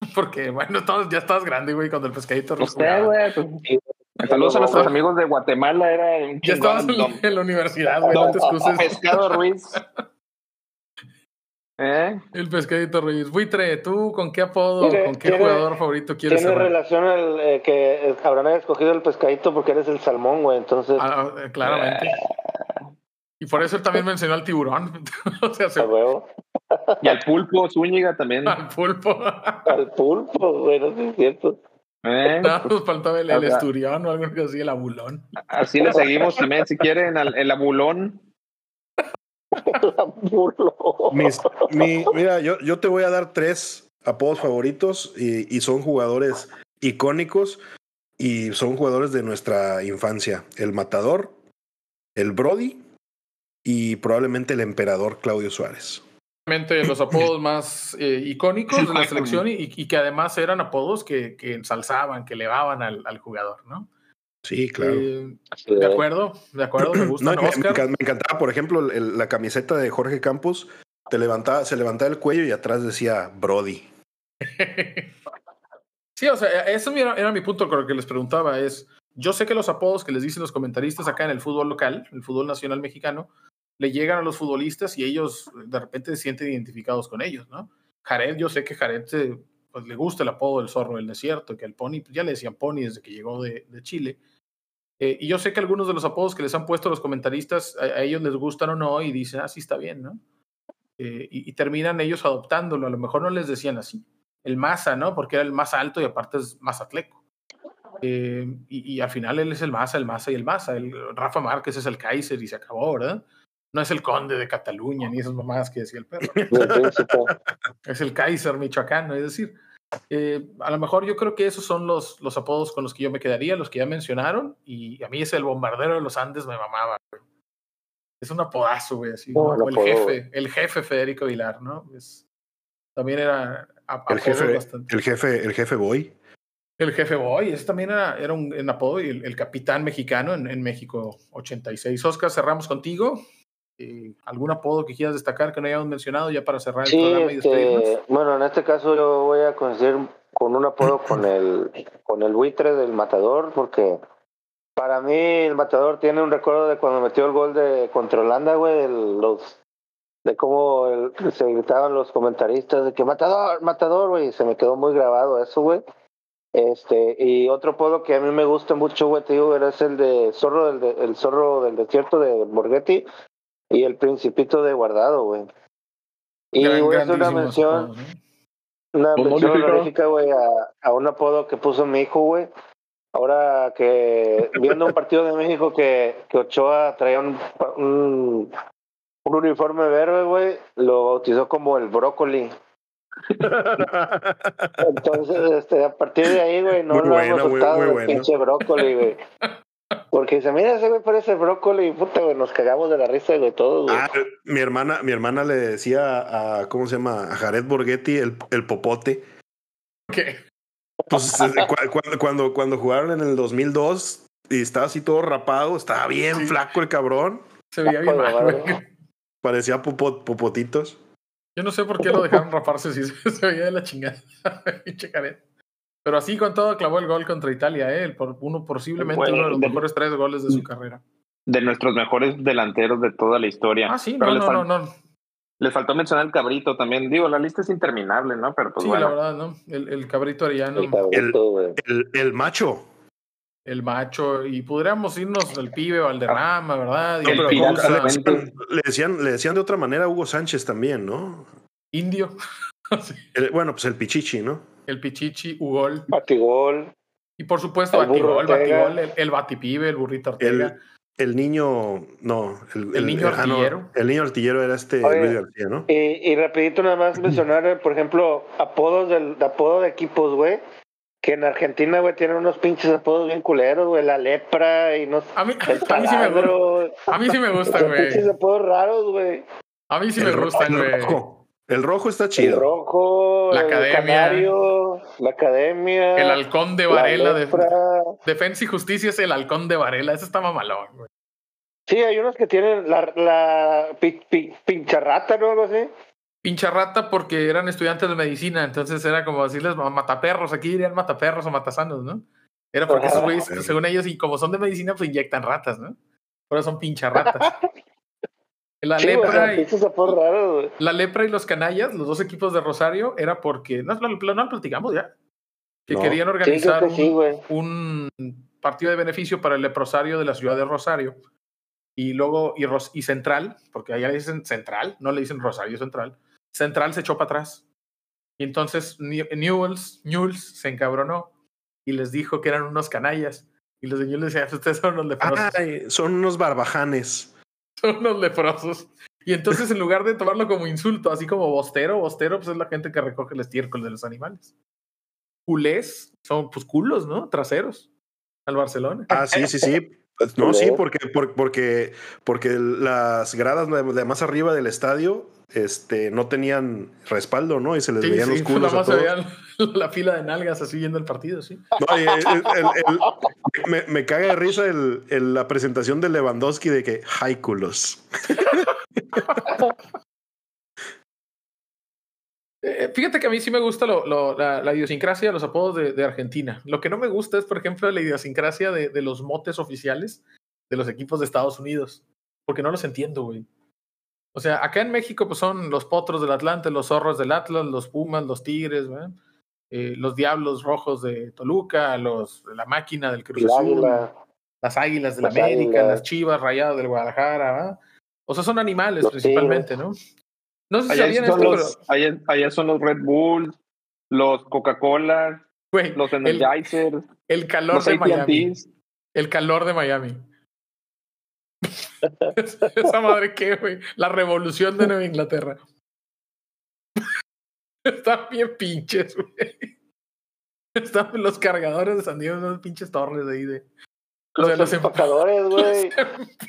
Porque, bueno, todos, ya estás grande, güey, cuando el pescadito No ruso sé, güey, pues, Saludos a nuestros amigos de Guatemala, era un Ya estabas chingón, en, la- don- en la universidad, güey, no te don excuses. pescado Ruiz. ¿Eh? El pescadito Ruiz. Buitre, ¿tú con qué apodo, Tiene- con qué tiene- jugador favorito quieres Tiene cerrar? relación el, eh, que el cabrón haya escogido el pescadito porque eres el salmón, güey. Entonces, Ah, eh, claramente. Y Y por eso él también mencionó al tiburón. o sea, se- A huevo. Y al pulpo Zúñiga también. al pulpo. Al pulpo, güey, no sé si es cierto. ¿eh? Nada, nos faltaba el, el O sea- esturión o algo así, el abulón. Así le seguimos también, si quieren, al el abulón. Al pulpo. Mis- mi- mira, yo, yo te voy a dar tres apodos favoritos y, y son jugadores icónicos y son jugadores de nuestra infancia. El Matador, el Brody y probablemente el Emperador Claudio Suárez. Realmente los apodos más eh, icónicos de la selección y, y que además eran apodos que, que ensalzaban, que elevaban al, al jugador, ¿no? Sí, claro. Eh, de acuerdo, de acuerdo, me No, gustan. y me, me Oscar. encan- me encantaba, por ejemplo, el- la camiseta de Jorge Campos. Te levantaba, se levantaba el cuello y atrás decía Brody. Sí, o sea, e-, eso era, era mi punto con lo que les preguntaba, es, yo sé que los apodos que les dicen los comentaristas acá en el fútbol local, el fútbol nacional mexicano, le llegan a los futbolistas y ellos de repente se sienten identificados con ellos, ¿no? Jared, yo sé que Jared se- pues, le gusta el apodo del zorro del desierto, que al Pony, pues, ya le decían Pony desde que llegó de, de Chile. Eh, y yo sé que algunos de los apodos que les han puesto los comentaristas, a, a ellos les gustan o no, y dicen, ah, sí está bien, ¿no? Eh, y- y terminan ellos adoptándolo, a lo mejor no les decían así, el Maza, ¿no? Porque era el más alto y aparte es más atleco. Eh, y, y al final él es el Maza, el Maza y el Maza. El Rafa Márquez es el Kaiser y se acabó, ¿verdad? No es el conde de Cataluña ni esas mamadas que decía el perro. Del príncipe. Es el Kaiser michoacano, es decir, eh, a lo mejor yo creo que esos son los, los apodos con los que yo me quedaría, los que ya mencionaron. Y a mí es el bombardero de los Andes, me mamaba. güey. Es un apodazo, güey, así. No, ¿no? no O el puedo, jefe, el jefe Federico Vilar, ¿no? Es- también era a- El apodos jefe, Ah, bastante- el jefe, el jefe Boy. el jefe Boy, ese también era, era un, en apodo y el, el capitán mexicano en, en México 86. Oscar, cerramos contigo. Eh, ¿Algún apodo que quieras destacar que no hayamos mencionado ya para cerrar el Sí, programa y despedirnos? este, bueno, en este caso yo voy a coincidir con un apodo con el, con el buitre del matador, porque para mí el matador tiene un recuerdo de cuando metió el gol de contra Holanda, güey, el- los, de cómo el- se gritaban los comentaristas de que matador, matador, güey, y se me quedó muy grabado eso, güey. Este, y otro apodo que a mí me gusta mucho, güey, te digo, era- es el de zorro del, de- el zorro del desierto de Borghetti y el principito de guardado, güey. Y Gran- voy a hacer una grandísimos mención, apodos, ¿no? una Pues mención modificado. honorífica, güey, a, a un apodo que puso mi hijo, güey. Ahora que viendo un partido de México que, que Ochoa traía un, un, un uniforme verde, güey, lo bautizó como el brócoli. Entonces, este, a partir de ahí, güey, no Muy lo buena, hemos muy- soltado muy el buena. pinche brócoli, güey. Porque dice, mira, ese güey parece brócoli, puta, güey, nos cagamos de la risa, güey, todos, güey. Ah, mi hermana, mi hermana le decía a, ¿cómo se llama? A Jared Borghetti el, el popote. Ok. Pues eh, cu- cuando, cuando, cuando jugaron en el 2002 y estaba así todo rapado, estaba bien Sí. flaco el cabrón, Se veía bien mal, Saco de güey. parecía popot, popotitos. Yo no sé por qué lo dejaron raparse si se, se veía de la chingada. Pinche Jared. Pero así con todo clavó el gol contra Italia, ¿eh? El por- uno posiblemente Bueno, uno de los de- mejores tres goles de su carrera. De nuestros mejores delanteros de toda la historia. Ah, sí, Pero no, les, no, fal- Pues no, no. les faltó mencionar el cabrito también. Digo, la lista es interminable, ¿no? Pero pues Sí, la bueno. verdad, ¿no? El, el cabrito arellano. El cabrito, güey. El, el macho. el macho, y podríamos irnos el pibe Valderrama, ¿verdad? Y No, El pero pirata ¿cómo- Cosa, le, de- decían, le decían- le decían de otra manera a Hugo Sánchez también, ¿no? Indio, El- bueno, pues el Pichichi, ¿no? el Pichichi, Ugol, Patigol. y por supuesto El burro Batigol, Ortega. Batigol, el, el Batipibe, el burrito Ortega. El, el niño, no, el, El niño ah, no, artillero. el niño artillero era este Oye. Luis García, ¿no? Y, y rapidito nada más mencionar, eh, por ejemplo, apodos del, de apodo de equipos, güey. Que en Argentina, güey, tienen unos pinches apodos bien culeros, güey. La lepra y no sé. A mí, El a mí sí me gusta, taladro. a mí sí me gusta, Son pinches güey. apodos raros, güey. A mí sí me el, ro- gustan, el güey. rojo. El rojo está El chido. rojo, La el academia. canario, la academia. El halcón de la Varela, de- lepra. Defensa y Justicia es el halcón de Varela, ese está mamalón, güey. Sí, hay unos que tienen la, la pi- pi- pincharrata, ¿no? Algo así. Pincha rata porque eran estudiantes de medicina, entonces era como decirles "Ma- mataperros, aquí dirían mataperros o matasanos, ¿no? Era porque esos güeyes, Ajá. según ellos, y como son de medicina, pues inyectan ratas, ¿no? Ahora son pincha ratas. La Sí, güey, o lepra sea, y, pinches apodos raros, güey. la lepra y los canallas, los dos equipos de Rosario, era porque. No, no, no lo platicamos ya. Que No. querían Sí, creo organizar que sí, un, güey. un partido de beneficio para el leprosario de la ciudad de Rosario. y luego y, Ros y Central, porque allá le dicen Central, no le dicen Rosario Central, Central se echó para atrás. Y entonces Newells, Newells se encabronó y les dijo que eran unos canallas. Y los de Newells decían, ustedes son unos leprosos. Ah, Ay, son unos barbajanes. Son unos leprosos. Y entonces en lugar de tomarlo como insulto, así como bostero, bostero pues es la gente que recoge el estiércol de los animales. Culés son pues culos, ¿no? Traseros al Barcelona. Ah, sí, sí, sí. Pues, No, sí, porque, porque, porque las gradas de más arriba del estadio este, no tenían respaldo, ¿no? Y se les Sí, veían sí, los nada culos. a más se todos. veía la fila de nalgas así viendo el partido, sí. No, y el- el- el- me, me caga de risa el- el- la presentación de Lewandowski de que hay culos. Eh, fíjate que a mí sí me gusta lo- lo- la, la idiosincrasia de los apodos de, de Argentina. Lo que no me gusta es, por ejemplo, la idiosincrasia de, de los motes oficiales de los equipos de Estados Unidos, porque no los entiendo, güey. O sea, acá en México pues son los potros del Atlante, los zorros del Atlas, los pumas, los tigres, ¿verdad? Eh, los diablos rojos de Toluca, los, la máquina del Cruz El Azul, águila, las águilas del Las América, águilas. las chivas rayadas del Guadalajara, ¿verdad? O sea, son animales Los principalmente, ¿no? No sé si Allá sabían son, esto, los, pero, allá, allá son los Red Bulls, los Coca-Cola, güey, los el- Energizers, El calor los de Miami. AT&Ts. El calor de Miami. Esa madre que, güey. La revolución de Nueva Inglaterra. Están bien pinches, güey. Están los cargadores de San Diego, unas pinches torres ahí de. o sea, los los em- empacadores, güey.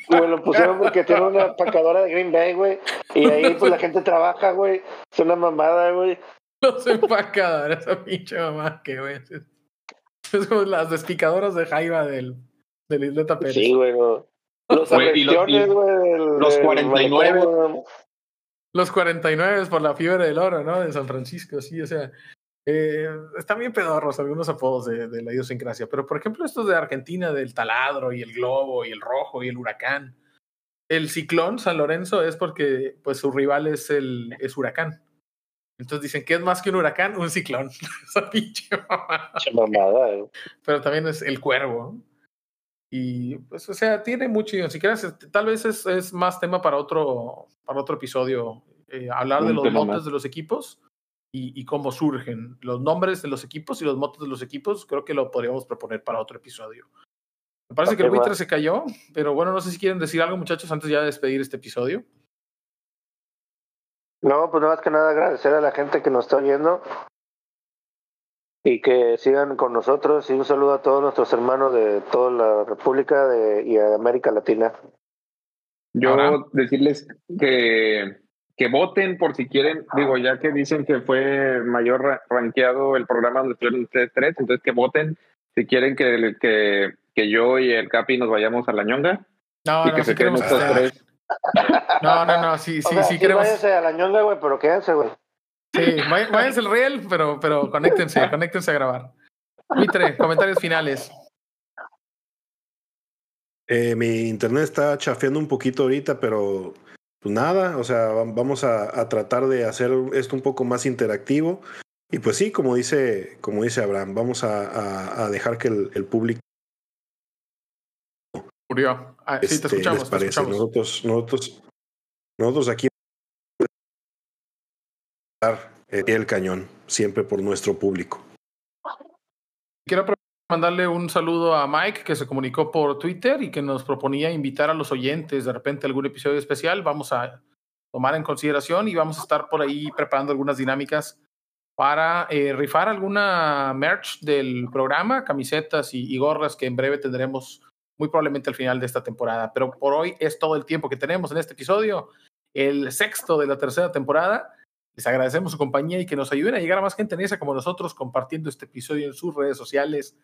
Güey, lo pusieron porque tiene una empacadora de Green Bay, güey. Y ahí pues la gente trabaja, güey. Es una mamada, güey. Los empacadores, esa pinche mamá que, güey. Es como las despicadoras de Jaiba del, del Isleta Pérez. Sí, güey. no. Los Güey, y los- arrecciones, y güey. del- los del 49. malecón, güey. Los 49 por la fiebre del oro, ¿no? De San Francisco, sí, o sea. eh, están bien pedorros algunos apodos de, de la idiosincrasia, pero por ejemplo estos de Argentina, del taladro y el globo y el rojo y el huracán. El ciclón San Lorenzo es porque pues su rival es el es huracán. Entonces dicen que es más que un huracán, un ciclón. Esa pinche mamá. Che, mamada, güey. Pero también es el cuervo. ¿no? Y pues, o sea, tiene mucho idiosincrasia. este, Tal vez es, es más tema para otro, para otro episodio. eh, hablar de Un los tema motes más. de los equipos y, y cómo surgen los nombres de los equipos y los motes de los equipos. Creo que lo podríamos proponer para otro episodio. Me parece que el Ok, va. buitre se cayó, pero bueno, no sé si quieren decir algo, muchachos, antes ya de despedir este episodio. No, pues nada más que nada agradecer a la gente que nos está oyendo y que sigan con nosotros y un saludo a todos nuestros hermanos de toda la República de, y a América Latina. Yo Ahora. decirles que, que voten por si quieren, digo, ya que dicen que fue mayor ra- rankeado el programa donde estuvieron ustedes tres, entonces que voten si quieren que, que, que yo y el Capi nos vayamos a la ñonga No, Ah, y no, que sí se queden queremos estos estar. tres. No, no, no, sí, O sí, sea, sí queremos. Váyanse a la ñonga, güey, pero quédense, güey. Sí, vá- váyanse el riel, pero, pero conéctense, conéctense a grabar. Mitre, comentarios finales. Eh, mi internet está chafeando un poquito ahorita, pero pues nada, o sea, vam- vamos a, a tratar de hacer esto un poco más interactivo. Y pues sí, como dice, como dice Abraham, vamos a, a- a dejar que el, el público Murió. Ah, sí, te este, les escuchamos, te parece. escuchamos. Nosotros, nosotros, nosotros aquí dar el pie al cañón, siempre por nuestro público. Quiero apro- mandarle un saludo a Mike que se comunicó por Twitter y que nos proponía invitar a los oyentes de repente a algún episodio especial. Vamos a tomar en consideración y vamos a estar por ahí preparando algunas dinámicas para eh, rifar alguna merch del programa, camisetas y, y gorras que en breve tendremos muy probablemente al final de esta temporada. Pero por hoy es todo el tiempo que tenemos en este episodio, el sexto de la tercera temporada. Les agradecemos su compañía y que nos ayuden a llegar a más gente en esa como nosotros compartiendo este episodio en sus redes sociales.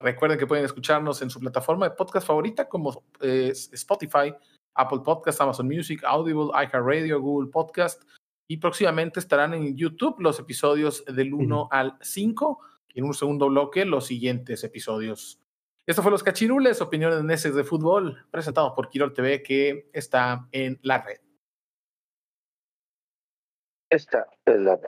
Recuerden que pueden escucharnos en su plataforma de podcast favorita como eh, Spotify, Apple Podcast, Amazon Music, Audible, iHeartRadio, Google Podcast y próximamente estarán en YouTube los episodios del 1 al 5 y en un segundo bloque los siguientes episodios. Esto fue Los Cachirules, opiniones neses de fútbol, presentados por Quirol TV que está en la red. Esta es la